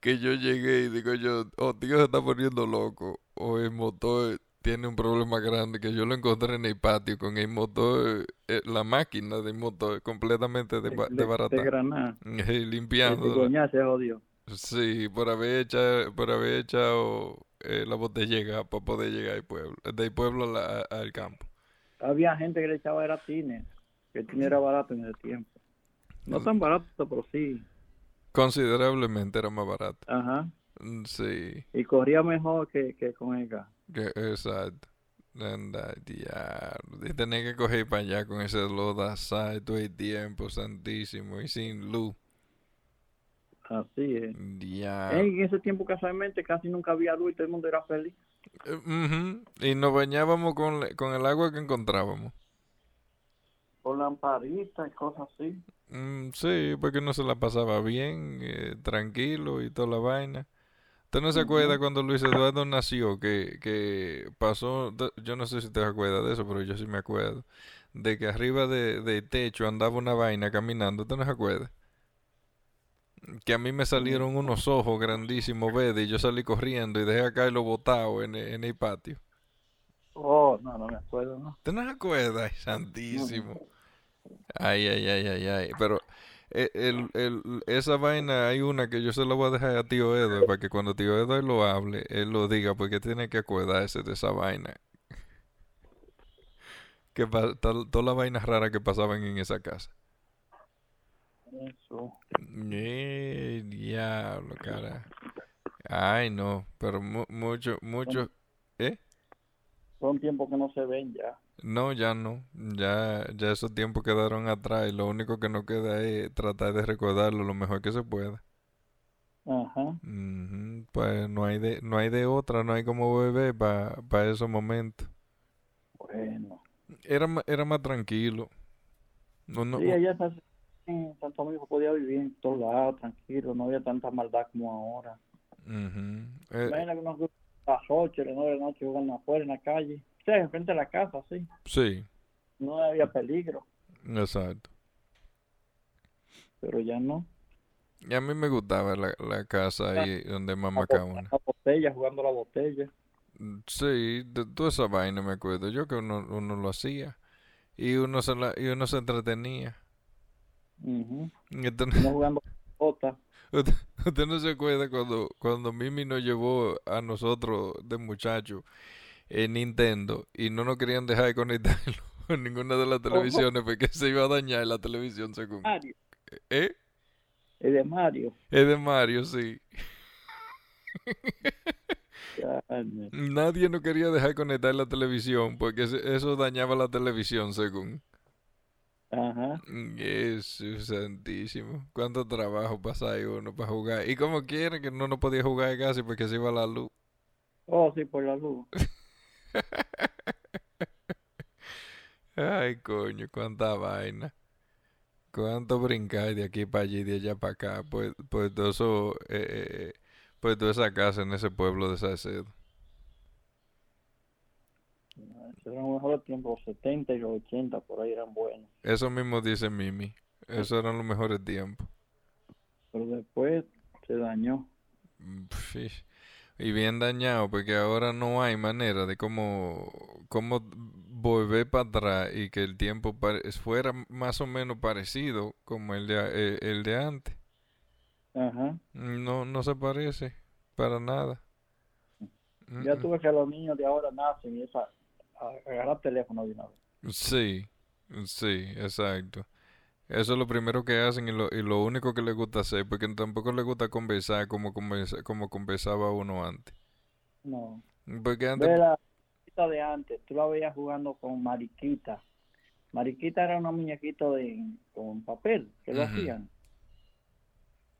Speaker 1: que yo llegué y digo yo, oh, tío se está poniendo loco, o el motor tiene un problema grande, que yo lo encontré en el patio con el motor, eh, la máquina del motor completamente
Speaker 2: De,
Speaker 1: deba-
Speaker 2: de, de
Speaker 1: desbaratada,
Speaker 2: granar.
Speaker 1: eh,
Speaker 2: El
Speaker 1: limpiándola.
Speaker 2: cigoñá se jodió.
Speaker 1: Sí, por haber echado, por haber echado eh, la botella para poder llegar al pueblo, del pueblo a la- a- al campo.
Speaker 2: Había gente que le echaba era tine. Que el tine era barato en ese tiempo. No
Speaker 1: Mm.
Speaker 2: tan barato, pero sí.
Speaker 1: Considerablemente era más barato.
Speaker 2: Ajá.
Speaker 1: Mm, Sí.
Speaker 2: Y corría mejor que, que con el gas.
Speaker 1: Que- Exacto. Anda, diablo. Y tener que coger para allá con ese lodazal todo el tiempo, santísimo, y sin luz.
Speaker 2: Así es.
Speaker 1: Ya.
Speaker 2: En ese tiempo, casualmente, casi nunca había luz y todo el mundo era feliz.
Speaker 1: Eh, ujú. Y nos bañábamos con, le- con el agua que encontrábamos.
Speaker 2: Con lamparitas y cosas así.
Speaker 1: Mm, sí, porque no se la pasaba bien, eh, tranquilo y toda la vaina. ¿Usted no se acuerda cuando Luis Eduardo nació? Que, que pasó, de- yo no sé si te acuerdas de eso, pero yo sí me acuerdo. De que arriba de, de techo andaba una vaina caminando, ¿usted no se acuerda? Que a mí me salieron unos ojos grandísimos verdes y yo salí corriendo y dejé a Carlos botado en, el- en el patio.
Speaker 2: Oh, no, no me acuerdo, ¿no?
Speaker 1: ¿Usted no se acuerda? Ay, santísimo. Ay, ay, ay, ay, ay. Pero eh, el, el- esa vaina hay una que yo se la voy a dejar a tío Edward para que cuando tío Edward lo hable, él lo diga porque tiene que acordarse de esa vaina. Que pa- tal- todas las vainas raras que pasaban en esa casa.
Speaker 2: Eso.
Speaker 1: Eh, diablo, cara. Ay, no. Pero mu- mucho, mucho. ¿Eh?
Speaker 2: Son tiempos que no se ven ya.
Speaker 1: No, ya no. Ya, ya esos tiempos quedaron atrás y lo único que nos queda es tratar de recordarlo lo mejor que se pueda.
Speaker 2: Ajá.
Speaker 1: Ujú, Pues no hay de, no hay de otra, no hay como beber para esos momentos.
Speaker 2: Bueno.
Speaker 1: Era, ma- era más tranquilo. No, no,
Speaker 2: Sí, allá en San- en Santo Domingo podía vivir en todos lados, tranquilo. No había tanta maldad como ahora.
Speaker 1: ujú. Eh,
Speaker 2: Imagina que unos grupos a las 8, a las 9 de la noche jugaban afuera en la calle. O sea, enfrente de la casa, sí.
Speaker 1: sí,
Speaker 2: No había peligro,
Speaker 1: exacto.
Speaker 2: pero ya no.
Speaker 1: Y a mí me gustaba la, la casa ahí donde mamá
Speaker 2: La bo-
Speaker 1: cámara.
Speaker 2: la botella, jugando a la botella.
Speaker 1: Sí, de toda esa vaina me acuerdo yo que uno, uno lo hacía y uno se la- y uno se entretenía.
Speaker 2: Ujú.
Speaker 1: Entonces-
Speaker 2: No jugando pelota.
Speaker 1: ¿Usted, usted no se acuerda cuando, cuando Mimi nos llevó a nosotros de muchachos en Nintendo y no nos querían dejar de conectarlo en ninguna de las televisiones porque se iba a dañar la televisión según...
Speaker 2: Mario.
Speaker 1: ¿Eh?
Speaker 2: El de Mario.
Speaker 1: Es de Mario, sí.
Speaker 2: Ya, no.
Speaker 1: Nadie nos quería dejar de conectar la televisión porque se- eso dañaba la televisión según...
Speaker 2: Ajá.
Speaker 1: Jesús santísimo. Cuánto trabajo pasa ahí uno para jugar. Y como quieren que no nos podía jugar casi porque se iba la luz.
Speaker 2: Oh, sí, por la luz.
Speaker 1: Ay, coño, cuánta vaina. Cuánto brincar de aquí para allí, de allá para acá. Pues, pues todo eso, eh, eh, pues toda esa casa en ese pueblo de Salcedo.
Speaker 2: Esos eran los mejores tiempos, los 70 y los 80, por ahí eran buenos.
Speaker 1: Eso mismo dice Mimi. Esos eran los mejores tiempos.
Speaker 2: Pero después se dañó.
Speaker 1: Mm, fish. Y bien dañado, porque ahora no hay manera de cómo, cómo volver para atrás y que el tiempo pare- fuera más o menos parecido como el de, a- eh, el de antes.
Speaker 2: Ajá.
Speaker 1: No, no se parece para nada.
Speaker 2: Ya
Speaker 1: Mm,
Speaker 2: tuve que los niños de ahora nacen y esa, a- agarrar teléfono de una vez.
Speaker 1: Mm, Sí, sí, exacto. Eso es lo primero que hacen y lo, y lo único que les gusta hacer, porque tampoco les gusta conversar como, conversa- como conversaba uno antes.
Speaker 2: No.
Speaker 1: Porque antes,
Speaker 2: Ve la chiquita de antes, tú la veías jugando con Mariquita. Mariquita era una muñequita de, con papel, que lo
Speaker 1: Ujú.
Speaker 2: hacían.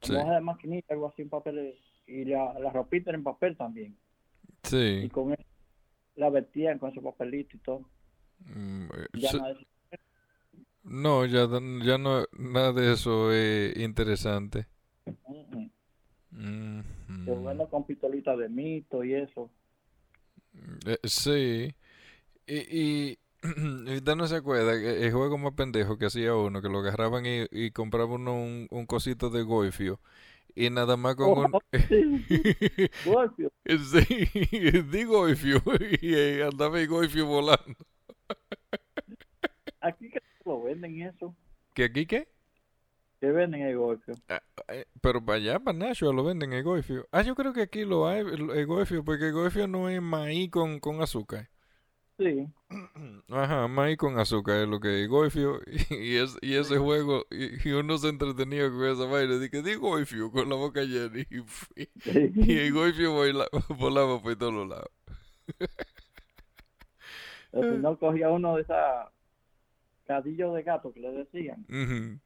Speaker 1: Sí.
Speaker 2: Con hoja de maquinita, algo así en papel. Y la, la ropita era en papel también. Y
Speaker 1: sí,
Speaker 2: con eso la vestían con ese papelito y todo.
Speaker 1: mm, eh,
Speaker 2: Ya
Speaker 1: sí,
Speaker 2: nada de eso.
Speaker 1: no, ya, dan- ya no, nada de eso es interesante.
Speaker 2: Ujú.
Speaker 1: Mm,
Speaker 2: Que eh, jugando con pistolitas de mito y eso.
Speaker 1: mm, eh, sí, y, y y usted no se acuerda, que el juego más pendejo que hacía uno, que lo agarraban y, y compraba uno un, un cosito de golfio, y nada más con un...
Speaker 2: Oh, Sí, Golfio.
Speaker 1: Sí, digo Goifio, y eh, andaba el Goifio volando.
Speaker 2: Aquí que lo venden eso.
Speaker 1: ¿Que aquí qué?
Speaker 2: Que venden el golfio.
Speaker 1: Eh, Pero para allá, para Nashua, lo venden el Goifio. Ah, yo creo que aquí lo hay, el el Goifio, porque el Goifio no es maíz con, con azúcar.
Speaker 2: Sí.
Speaker 1: Ajá, maíz con azúcar es lo que es Goifio. Y, es, y ese juego, y, y uno se entretenía con esa vaina. Dije, di Goifio con la boca llena. Y, fui- y el Goifio baila- volaba por todos lados.
Speaker 2: O si no cogía uno de esas cadillos de gato que le decían.
Speaker 1: Ujú.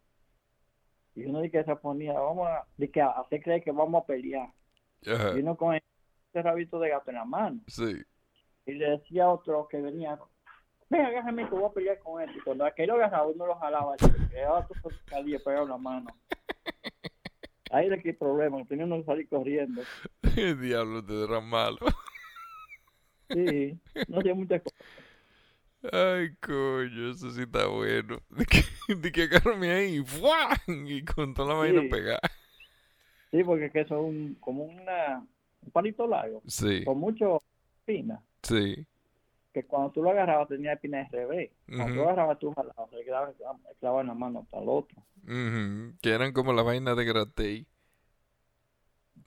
Speaker 2: Y uno de que se ponía, vamos a, de que hacer creer que vamos a pelear.
Speaker 1: Ajá,
Speaker 2: Y uno con ese rabito de gato en la mano.
Speaker 1: Sí.
Speaker 2: Y le decía a otro que venía, ven, agárrame que voy a pelear con él. Y cuando aquel lo agarraba, uno lo jalaba. Y "Ah, el otro salía pegado en la mano. Ahí era que el problema, tenía uno que salir corriendo.
Speaker 1: El diablo te era malo.
Speaker 2: Sí, no hacía muchas cosas.
Speaker 1: Ay, coño, eso sí está bueno. De que, de que agarrame ahí ¡fua! y con toda la vaina
Speaker 2: Sí.
Speaker 1: pegada.
Speaker 2: Sí, porque es que eso es un, como una, un palito largo,
Speaker 1: Sí,
Speaker 2: con mucho espinas.
Speaker 1: sí.
Speaker 2: Que cuando tú lo agarrabas tenía espinas al revés. Cuando tú lo
Speaker 1: Ujú.
Speaker 2: agarrabas, tú jalabas, se quedaba clavado en la mano hasta el otro.
Speaker 1: Ujú, Que eran como las vainas de Gratey.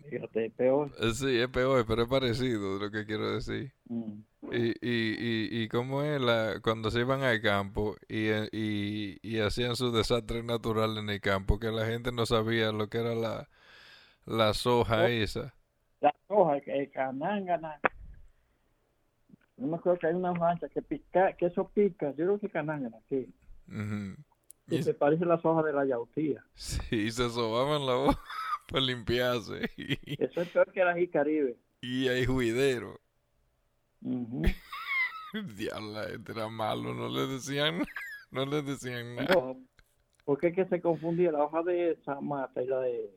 Speaker 2: Fíjate, peor.
Speaker 1: Eh, Sí, es peor, pero es parecido lo que quiero decir.
Speaker 2: Mm.
Speaker 1: Y, y, y, y cómo es la, cuando se iban al campo y, eh, y, y hacían su desastre natural en el campo, que la gente no sabía lo que era la, la soja
Speaker 2: Oh.
Speaker 1: esa.
Speaker 2: las hojas, el canángana. No me acuerdo que hay una mancha que pica, que eso pica, yo creo que canángana, sí.
Speaker 1: Ujú. Y
Speaker 2: Y se parece a las hojas de la yautía.
Speaker 1: Sí, y se sobaban la boca para limpiarse. Y,
Speaker 2: Eso es peor que las jicaribe.
Speaker 1: y hay juidero.
Speaker 2: Ujú.
Speaker 1: Diablo, la gente este era malo, no le decían, no le decían nada.
Speaker 2: No, porque es que se confundía la hoja de esa mata y la de...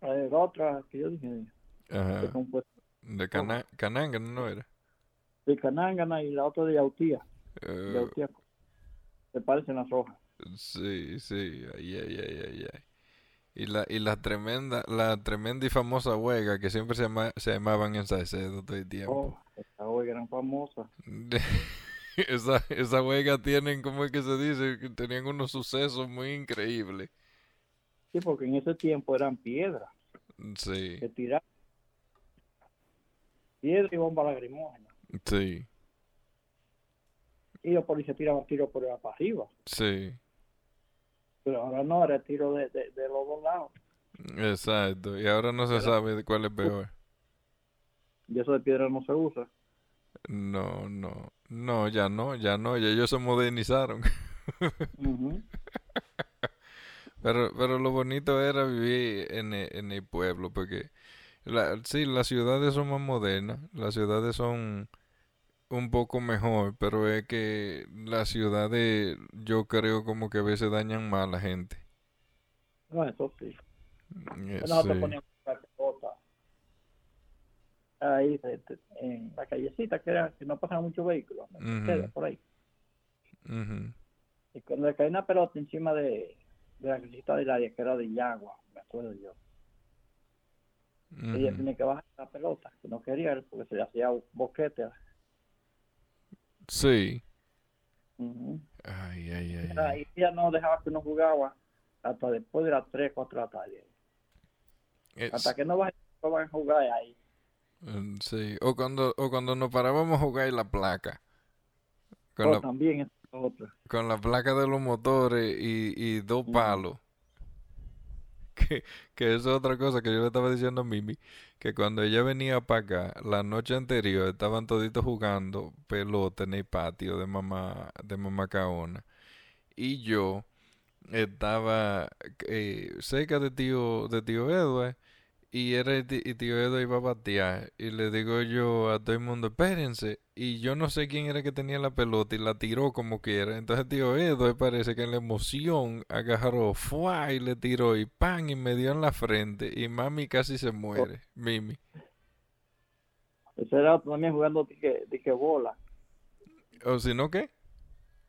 Speaker 2: La de la otra que yo dije, se
Speaker 1: Ajá.
Speaker 2: confunde.
Speaker 1: De cana cananga, ¿no era?
Speaker 2: De canángana y la otra de yautía.
Speaker 1: Eh,
Speaker 2: Yautía. Se parecen las hojas.
Speaker 1: sí, sí, ay, ay, ay, ay, ay. Y la, y la tremenda, la tremenda y famosa huelga que siempre se, llama- se llamaban en Salcedo todo el tiempo.
Speaker 2: Oh, esas hojas eran famosas.
Speaker 1: Esa, esa huelga tienen, ¿cómo es que se dice? Que tenían unos sucesos muy increíbles.
Speaker 2: Sí, porque en ese tiempo eran piedras.
Speaker 1: Sí,
Speaker 2: que tirar piedra y bomba lagrimógena.
Speaker 1: sí,
Speaker 2: Y los policías tiraban tiro por para arriba.
Speaker 1: sí.
Speaker 2: Pero ahora no, era tiro de, de, de los dos lados.
Speaker 1: Exacto, y ahora no se sabe de cuál es peor.
Speaker 2: Y eso de piedra no se usa.
Speaker 1: No, no, no, ya no, ya no, ya ellos se modernizaron.
Speaker 2: Ujú.
Speaker 1: Pero, pero lo bonito era vivir en el, en el pueblo, porque la, sí, las ciudades son más modernas, las ciudades son un poco mejor, pero es que las ciudades yo creo como que a veces dañan más a la gente.
Speaker 2: No, eso sí.
Speaker 1: Eh,
Speaker 2: Nosotros
Speaker 1: sí.
Speaker 2: poníamos la pelota ahí de- de- en la callecita que era que no pasaban muchos vehículos. ¿me
Speaker 1: Ujú.
Speaker 2: entiendes? Por ahí.
Speaker 1: Ujú.
Speaker 2: Y cuando le caía una pelota encima de, de la callecita del área que era de Yagua, me acuerdo yo. Ella
Speaker 1: Ujú.
Speaker 2: tiene que bajar la pelota, que no quería porque se le hacía boquete.
Speaker 1: Sí.
Speaker 2: Ujú.
Speaker 1: Ay, ay, ay,
Speaker 2: Era-
Speaker 1: ay.
Speaker 2: y ella no dejaba que uno jugaba hasta después de las 3, 4 de la tarde.
Speaker 1: Eh,
Speaker 2: Hasta que no bajen, no van a jugar ahí.
Speaker 1: Mm, Sí, o cuando, o cuando nos parábamos a jugar en la placa, con
Speaker 2: O
Speaker 1: la,
Speaker 2: también es otra.
Speaker 1: con la placa de los motores y, y dos
Speaker 2: Ujú.
Speaker 1: palos. Que, que eso es otra cosa que yo le estaba diciendo a Mimi, que cuando ella venía para acá, la noche anterior estaban toditos jugando pelota en el patio de mamá, de mamá Caona. Y yo estaba eh, cerca de tío, de tío Edward. Y era el ti- y tío Edo iba a batear. Y le digo yo a todo el mundo, espérense. Y yo no sé quién era que tenía la pelota y la tiró como quiera. Entonces tío Edo parece que en la emoción agarró, ¡fua! y le tiró y ¡pam! y me dio en la frente. Y mami casi se muere, Mimi.
Speaker 2: Ese era otro también jugando dije, dije bola.
Speaker 1: ¿O si no qué?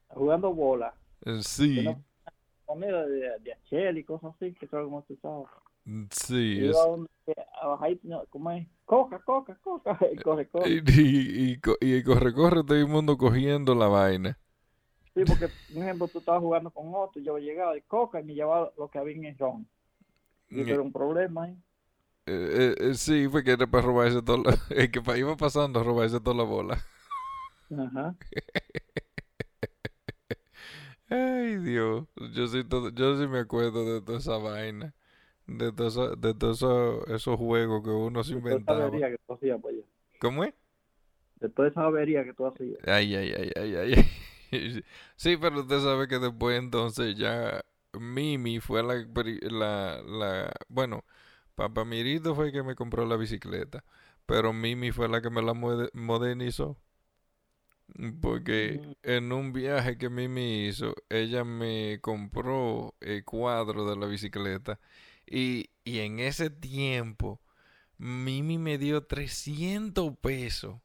Speaker 2: Jugando bola.
Speaker 1: Eh, Sí,
Speaker 2: Una comida de, de achel y cosas así, que todo como tú sabes.
Speaker 1: mm, sí.
Speaker 2: Iba
Speaker 1: es-
Speaker 2: a un- a bajar y no, ¿cómo es? Coca, coca, coca. Y corre, corre.
Speaker 1: Y, y, y co- y corre, corre todo el mundo cogiendo la vaina.
Speaker 2: Sí, porque, por ejemplo, tú estabas jugando con otro, yo llegaba de coca y me llevaba lo que había en el ron. Y eso
Speaker 1: Eh,
Speaker 2: era un problema, ¿eh?
Speaker 1: eh, eh, sí, fue que era para robarse toda la... el que pa- iba pasando a robarse toda la bola.
Speaker 2: Ajá.
Speaker 1: Ay, Dios, yo sí, todo- yo sí me acuerdo de toda esa vaina, de todos de todo eso- esos juegos que uno se
Speaker 2: De toda esa
Speaker 1: inventaba.
Speaker 2: avería que tú hacías, pues,
Speaker 1: ¿Cómo es?
Speaker 2: de toda esa avería que tú hacías.
Speaker 1: Ay, ay, ay, ay, ay. Sí, pero usted sabe que después entonces ya Mimi fue la, pri- la, la bueno, Papá Mirito fue el que me compró la bicicleta, pero Mimi fue la que me la mode- modernizó. Porque
Speaker 2: Mm.
Speaker 1: en un viaje que Mimi hizo, ella me compró el cuadro de la bicicleta y, y en ese tiempo Mimi me dio 300 pesos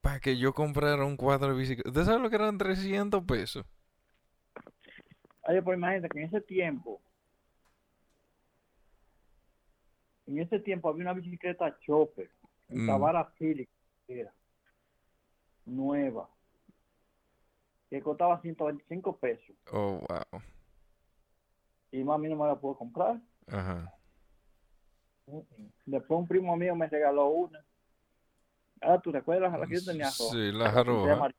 Speaker 1: para que yo comprara un cuadro de bicicleta. ¿Usted sabe lo que eran 300 pesos?
Speaker 2: Oye, pues imagínate que en ese tiempo, en ese tiempo había una bicicleta Chopper, en
Speaker 1: Mm.
Speaker 2: Tabara Phillips, era nueva, que costaba 125 pesos.
Speaker 1: Oh, wow.
Speaker 2: Y mami no me la pudo comprar.
Speaker 1: Ajá.
Speaker 2: Después un primo mío me regaló una. Ah, ¿tú te acuerdas la que yo tenía roja?
Speaker 1: Sí, la
Speaker 2: Era
Speaker 1: jaroja.
Speaker 2: amarilla.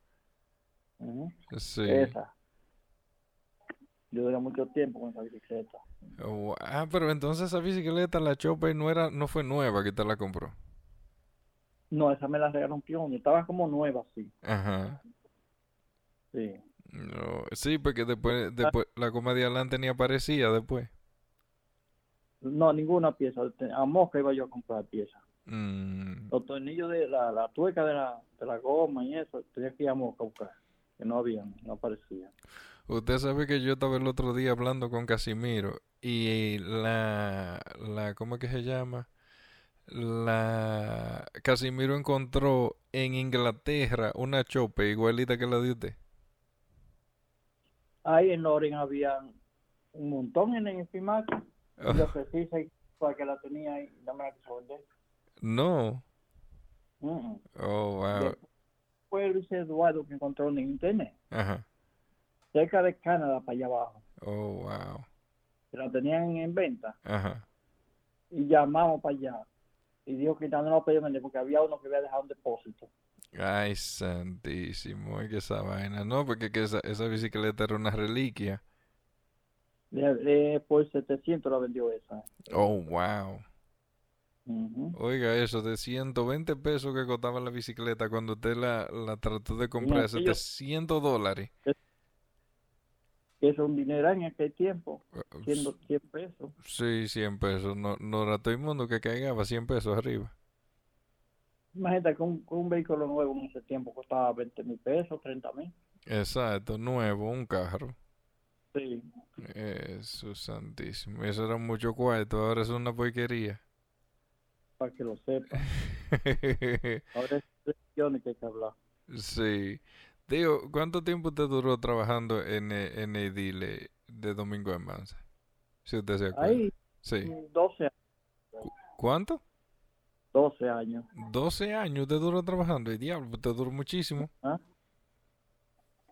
Speaker 2: Ujú,
Speaker 1: Sí.
Speaker 2: Esa. Yo duré mucho tiempo con esa bicicleta.
Speaker 1: Oh, ah, pero entonces esa bicicleta, la Chopper, no era, no fue nueva que te la compró.
Speaker 2: No, esa me la regalaron un tío mío. Estaba como nueva, sí.
Speaker 1: Ajá.
Speaker 2: Sí.
Speaker 1: No, sí, porque
Speaker 2: Ah.
Speaker 1: después, después la coma de adelante ni aparecía después.
Speaker 2: No, ninguna pieza. Te- A mosca iba yo a comprar piezas.
Speaker 1: Mm,
Speaker 2: Los tornillos de la, la tuerca de la, de la goma y eso, tenía que ir a mosca a buscar. Que no habían, no aparecían.
Speaker 1: Usted sabe que yo estaba el otro día hablando con Casimiro y la, la, ¿cómo es que se llama? La, Casimiro encontró en Inglaterra una chope igualita que la de usted.
Speaker 2: Ahí en Loren habían un montón en el FIMAC.
Speaker 1: Ah,
Speaker 2: Yo ofrecí seis para que la tenía ahí. No me la quiso vender.
Speaker 1: no.
Speaker 2: Mm, mm.
Speaker 1: Oh, wow.
Speaker 2: Después Fue Luis Eduardo que encontró en internet.
Speaker 1: Ajá.
Speaker 2: Cerca de Canadá, para allá abajo.
Speaker 1: Oh, wow.
Speaker 2: Que la tenían en venta.
Speaker 1: Ajá.
Speaker 2: Y llamamos para allá. Y dijo que ya no lo podía vender porque había uno que había dejado un depósito.
Speaker 1: Ay, santísimo, es que esa vaina, no, porque que esa, esa bicicleta era una reliquia.
Speaker 2: Le- eh, por 700 la vendió esa. Mm-hmm.
Speaker 1: Oh, wow.
Speaker 2: Ujú.
Speaker 1: Oiga, eso de 120 pesos que costaba la bicicleta cuando usted la, la trató de comprar,
Speaker 2: aquello-
Speaker 1: 700 dólares.
Speaker 2: Que Eso es un dinero en aquel tiempo, 100, 100 pesos.
Speaker 1: Uh, Sí, 100 pesos. No, no era todo el mundo que caigaba 100 pesos arriba.
Speaker 2: Imagínate que un, que un vehículo nuevo en ese tiempo costaba 20 mil pesos, 30 mil.
Speaker 1: Exacto, nuevo, un carro.
Speaker 2: Sí.
Speaker 1: Eso, santísimo. Eso era mucho cuarto, ahora es una porquería.
Speaker 2: Para que lo sepa. Ahora es tres millones que hay que hablar.
Speaker 1: Sí. Digo, ¿cuánto tiempo usted duró trabajando en el, en el dile de Domingo en Mansa? Si usted se acuerda.
Speaker 2: Ahí,
Speaker 1: Sí.
Speaker 2: 12, a-
Speaker 1: ¿Cuánto?
Speaker 2: 12 años.
Speaker 1: 12 años usted duró trabajando, el diablo, usted duró muchísimo.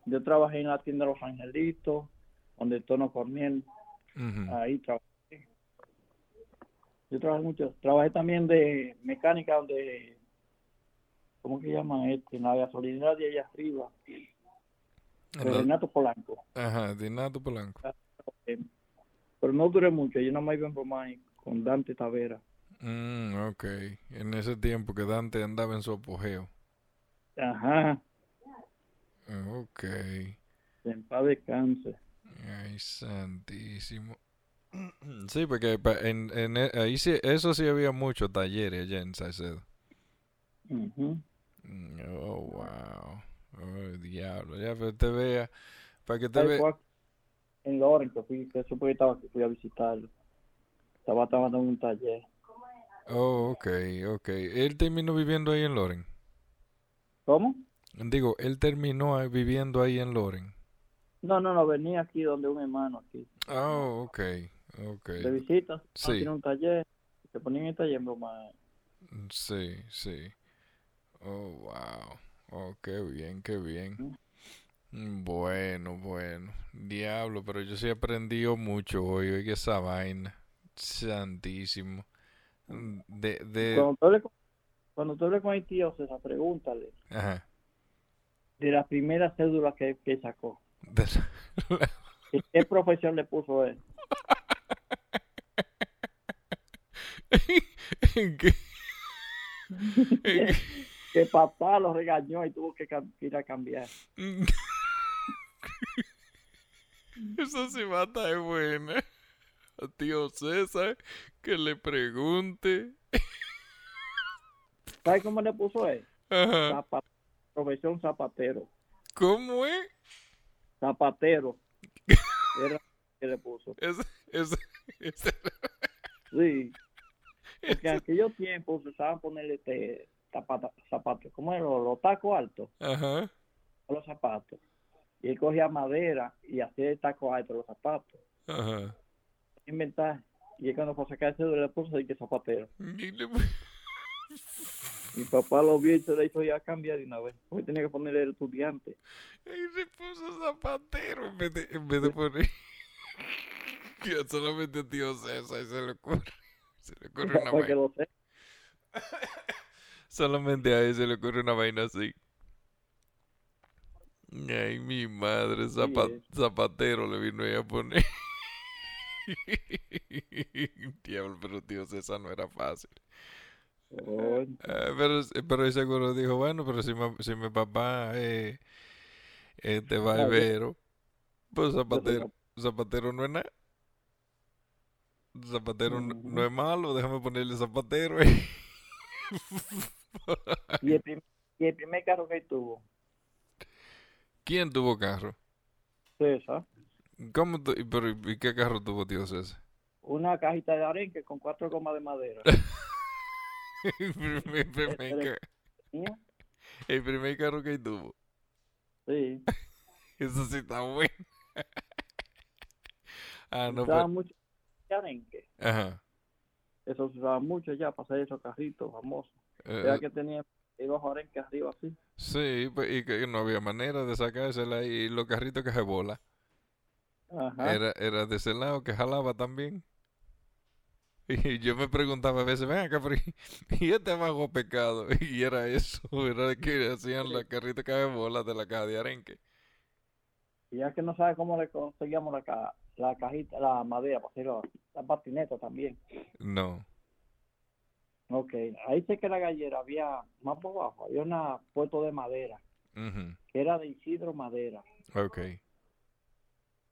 Speaker 2: Yo trabajé en la tienda Los Angelitos, donde Tono Corniel,
Speaker 1: Ujú.
Speaker 2: ahí trabajé. Yo trabajé mucho. Trabajé también de mecánica, donde, ¿cómo que llaman este? En la gasolinera de allá arriba, de
Speaker 1: En la-
Speaker 2: Renato Polanco. Eh,
Speaker 1: Ajá, Dinato Polanco.
Speaker 2: Pero no duré mucho, yo no me iba en Romay con Dante Tavera.
Speaker 1: Mm, ok, en ese tiempo que Dante andaba en su apogeo.
Speaker 2: Ajá,
Speaker 1: Ok,
Speaker 2: en paz descanse.
Speaker 1: ay, santísimo. Sí, porque pa- en, en e- ahí sí, eso sí había muchos talleres allá en Salcedo.
Speaker 2: Ujú.
Speaker 1: Mm, Oh, wow. Oh, diablo, ya, para que te vea, para que te
Speaker 2: Ahí
Speaker 1: vea.
Speaker 2: fue En Loren, que fui, que supe que estaba, que fui a visitarlo. Estaba trabajando en un taller.
Speaker 1: Oh, ok, ok. Él terminó viviendo ahí en Loren.
Speaker 2: ¿Cómo?
Speaker 1: Digo, él terminó ahí- viviendo ahí en Loren.
Speaker 2: No, no, no, venía aquí donde un hermano aquí.
Speaker 1: Oh, ok, ok.
Speaker 2: De visita, ah,
Speaker 1: Sí.
Speaker 2: tiene un taller. Se ponía en el taller en Romay.
Speaker 1: Sí, sí. Oh, wow. Oh, qué bien, qué bien. Mm, Bueno, bueno. Diablo, pero yo sí he aprendido mucho hoy, oiga esa vaina. Santísimo. Mm, De, de...
Speaker 2: Cuando tú hables con, cuando tú hables con el tío César, pregúntale
Speaker 1: Ajá.
Speaker 2: de la primera cédula que, que sacó.
Speaker 1: De la-
Speaker 2: ¿Qué, qué profesión le puso él?
Speaker 1: ¿En qué? ¿En
Speaker 2: que papá lo regañó y tuvo que cam- ir a cambiar.
Speaker 1: qué? Esa cibata es buena. A tío César, que le pregunte.
Speaker 2: ¿Sabes cómo le puso él?
Speaker 1: Ajá.
Speaker 2: Zapa- profesión zapatero.
Speaker 1: ¿Cómo es?
Speaker 2: Zapatero. Era que le puso.
Speaker 1: Esa, esa, esa,
Speaker 2: Sí. Porque en
Speaker 1: esa-
Speaker 2: aquellos tiempos se usaban ponerle este zapata- zapato, ¿cómo era? Los, los tacos altos
Speaker 1: Ajá.
Speaker 2: a los zapatos. Y él cogía madera y hacía el taco alto a los zapatos.
Speaker 1: Ajá.
Speaker 2: Inventar. Y él cuando fue a sacar el cédula le puso así que zapatero.
Speaker 1: Y le-
Speaker 2: Mi papá lo vio y se le hizo ya cambiar de una vez. Porque tenía que ponerle el estudiante.
Speaker 1: Y le puso zapatero en vez de, en vez de poner. Ya solamente a tío César se le ocurre. Se le ocurre una
Speaker 2: Para que
Speaker 1: vaina.
Speaker 2: lo sepa.
Speaker 1: Solamente a él se le ocurre una vaina así. Ay, mi madre, zapa-
Speaker 2: eh.
Speaker 1: zapatero le vino ahí a poner. Diablo, pero tío César no era fácil.
Speaker 2: Oh,
Speaker 1: Ah, pero, pero él seguro dijo, bueno, pero si, ma- si mi papá eh, es este barbero, pues zapatero, zapatero no es nada. Zapatero no, no es malo, déjame ponerle zapatero.
Speaker 2: y, el prim- y el primer carro que él tuvo,
Speaker 1: ¿Quién tuvo carro?
Speaker 2: César,
Speaker 1: ¿Cómo tu- y pero, ¿y qué carro tuvo tío César?
Speaker 2: una cajita de arenque con cuatro gomas de madera.
Speaker 1: El primer, primer
Speaker 2: Espera.
Speaker 1: ca-
Speaker 2: Mía,
Speaker 1: el primer carro que tuvo.
Speaker 2: Sí.
Speaker 1: Eso sí está bueno. Ah, no,
Speaker 2: usaba
Speaker 1: pero...
Speaker 2: mucho de arenque.
Speaker 1: Ajá.
Speaker 2: Eso se usaba mucho ya para hacer esos carritos famosos.
Speaker 1: Eh,
Speaker 2: Era que tenía iba a arenque arriba así.
Speaker 1: Sí, pues, y que no había manera de sacársela y los carritos que se bola.
Speaker 2: Ajá.
Speaker 1: Era, era de ese lado que jalaba también. Y yo me preguntaba a veces, ven acá, pero ¿y- ¿y este bajo pecado? Y era eso, era que hacían la carrita que se bola de la caja de arenque.
Speaker 2: Y ya que no sabe cómo le conseguíamos la, ca- la cajita, la madera para hacer los- la patineta también.
Speaker 1: No.
Speaker 2: Ok. Ahí sé que la gallera había, más por abajo, había una puerto de madera,
Speaker 1: Ujú.
Speaker 2: que era de Isidro Madera.
Speaker 1: Ok,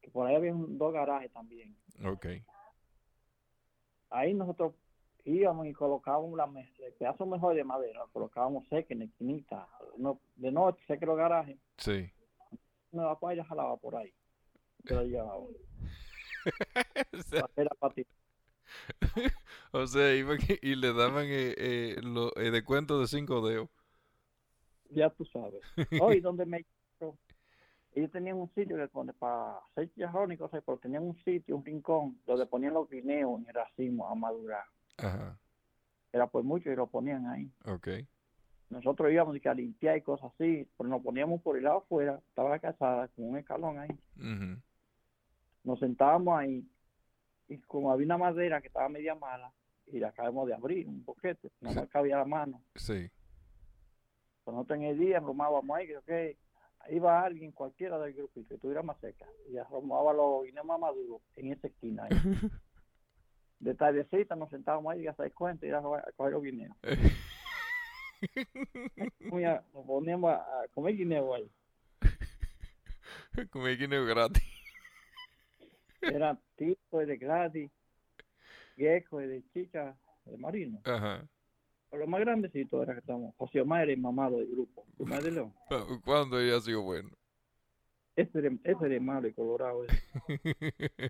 Speaker 2: Que por ahí había un- dos garajes también.
Speaker 1: ok.
Speaker 2: ahí nosotros íbamos y colocábamos la me- el pedazo mejor de madera, lo colocábamos seca en la esquinita, no- de noche, seca en los garajes,
Speaker 1: Sí.
Speaker 2: me la papá jalaba por ahí, se la llevaba, para hacer la patita.
Speaker 1: O sea, iban y- y le daban eh, eh, lo, eh, de cuento de cinco dedos.
Speaker 2: ya tú sabes. Hoy donde me ellos tenían un sitio que donde para hacer chicharrón y cosas, pero tenían un sitio, un rincón, donde ponían los guineos en el racimo a madurar.
Speaker 1: Ajá,
Speaker 2: Era por mucho y lo ponían ahí.
Speaker 1: ok.
Speaker 2: Nosotros íbamos y que a limpiar y cosas así, pero nos poníamos por el lado afuera, estaba la casada con un escalón ahí.
Speaker 1: Ujú.
Speaker 2: nos sentábamos ahí y como había una madera que estaba media mala y la acabamos de abrir, un boquete, no más cabía la mano.
Speaker 1: Sí.
Speaker 2: Cuando Pues no tenía día, arrumábamos ahí, que que iba alguien, cualquiera del grupito, que estuviera más cerca, y arrumaba los guineos más maduros en esa esquina ahí. De tardecita nos sentábamos ahí, ya se cuenta, y era a coger los guineos. Comía- Nos poníamos a, a comer guineo ahí.
Speaker 1: Comí guineo gratis.
Speaker 2: Era tipo de gratis, viejo, de chicha, de marino.
Speaker 1: Ajá.
Speaker 2: Pero lo más grandecito era que estamos. José Omar era el mamado del grupo. José Omar de León.
Speaker 1: Ah, ¿Cuándo ella ha sido bueno?
Speaker 2: Ese era, ese era el malo y colorado. ese.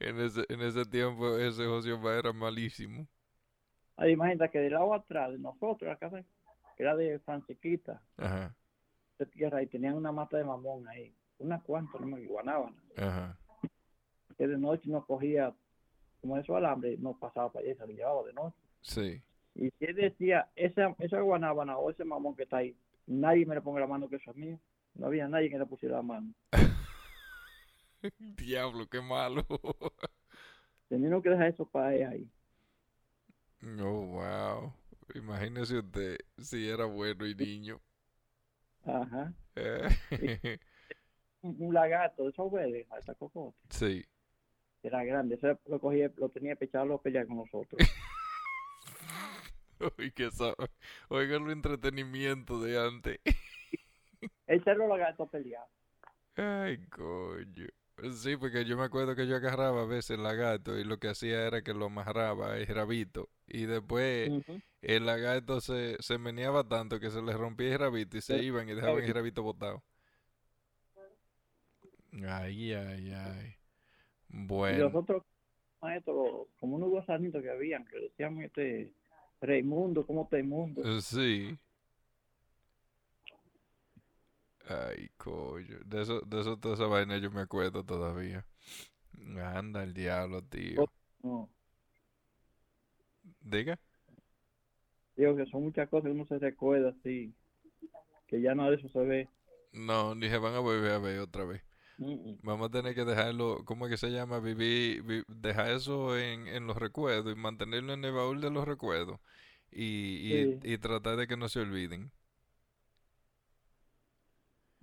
Speaker 1: en, ese, en ese tiempo ese José Omar era malísimo.
Speaker 2: Ahí imagínate que del lado atrás de nosotros, la casa que era de Francisquita,
Speaker 1: Ajá,
Speaker 2: de tierra, y tenían una mata de mamón ahí. Unas cuantas, no me guanábana.
Speaker 1: ajá.
Speaker 2: Que de noche nos cogía, como esos alambres, nos pasaba para allá y se lo llevaba de noche.
Speaker 1: Sí.
Speaker 2: Y si él decía, esa, esa guanábana o ese mamón que está ahí, nadie me le ponga la mano que eso es mío. No había nadie que le pusiera la mano.
Speaker 1: Diablo, qué malo.
Speaker 2: Teníamos que dejar eso para él ahí.
Speaker 1: oh, wow. Imagínese usted si era bueno y niño.
Speaker 2: Ajá.
Speaker 1: Eh,
Speaker 2: Un, un lagarto de esos verdes, hasta cocote.
Speaker 1: sí.
Speaker 2: era grande, eso lo cogía, lo tenía pechado, lo peleaba con nosotros.
Speaker 1: Uy, qué sabe. Oiga el entretenimiento de antes.
Speaker 2: Él se lo lagarto peleaba.
Speaker 1: Ay, coño. Sí, porque yo me acuerdo que yo agarraba a veces lagarto y lo que hacía era que lo amarraba el rabito. Y después
Speaker 2: Ujú.
Speaker 1: el lagarto se, se meneaba tanto que se le rompía el rabito y se
Speaker 2: Sí.
Speaker 1: iban y dejaban el rabito botado. Ay, ay, ay.
Speaker 2: Y
Speaker 1: Bueno.
Speaker 2: los otros maestros, como unos gusanitos que habían, que decían este Raimundo, ¿cómo Raimundo?
Speaker 1: Eh, Sí. Ay, coño. De eso, de eso, toda esa vaina yo me acuerdo todavía. Anda el diablo, tío.
Speaker 2: No,
Speaker 1: Diga.
Speaker 2: digo que son muchas cosas que uno se recuerda así, que ya nada de eso se ve.
Speaker 1: No, dije, van a volver a ver otra vez.
Speaker 2: Mm, mm.
Speaker 1: Vamos a tener que dejarlo, ¿cómo es que se llama? Vivir, vi- dejar eso en, en los recuerdos y mantenerlo en el baúl de los recuerdos. Y, y,
Speaker 2: Sí.
Speaker 1: y tratar de que no se olviden.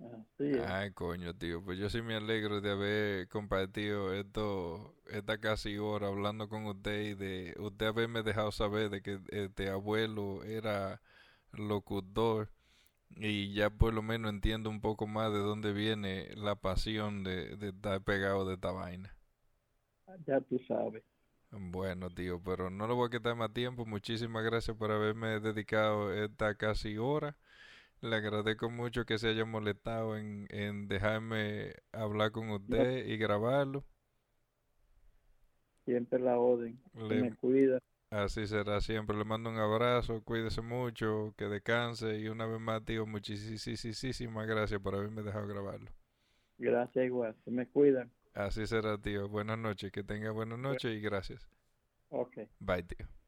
Speaker 2: Así es.
Speaker 1: Ay, coño, tío, pues yo sí me alegro de haber compartido esto, esta casi hora hablando con usted y de usted haberme dejado saber de que este abuelo era locutor y ya por lo menos entiendo un poco más de dónde viene la pasión de, de estar pegado de esta vaina.
Speaker 2: Ya tú sabes.
Speaker 1: Bueno, tío, pero no lo voy a quitar más tiempo. Muchísimas gracias por haberme dedicado esta casi hora. Le agradezco mucho que se haya molestado en, en dejarme hablar con usted y grabarlo.
Speaker 2: Siempre la orden. que
Speaker 1: Le-
Speaker 2: me cuida.
Speaker 1: así será siempre. Le mando un abrazo, cuídese mucho, que descanse y una vez más, tío, muchísimas gracias por haberme dejado grabarlo.
Speaker 2: Gracias igual. Se me cuida.
Speaker 1: Así será, tío. Buenas noches, que tenga buenas noches y gracias.
Speaker 2: Ok.
Speaker 1: Bye, tío.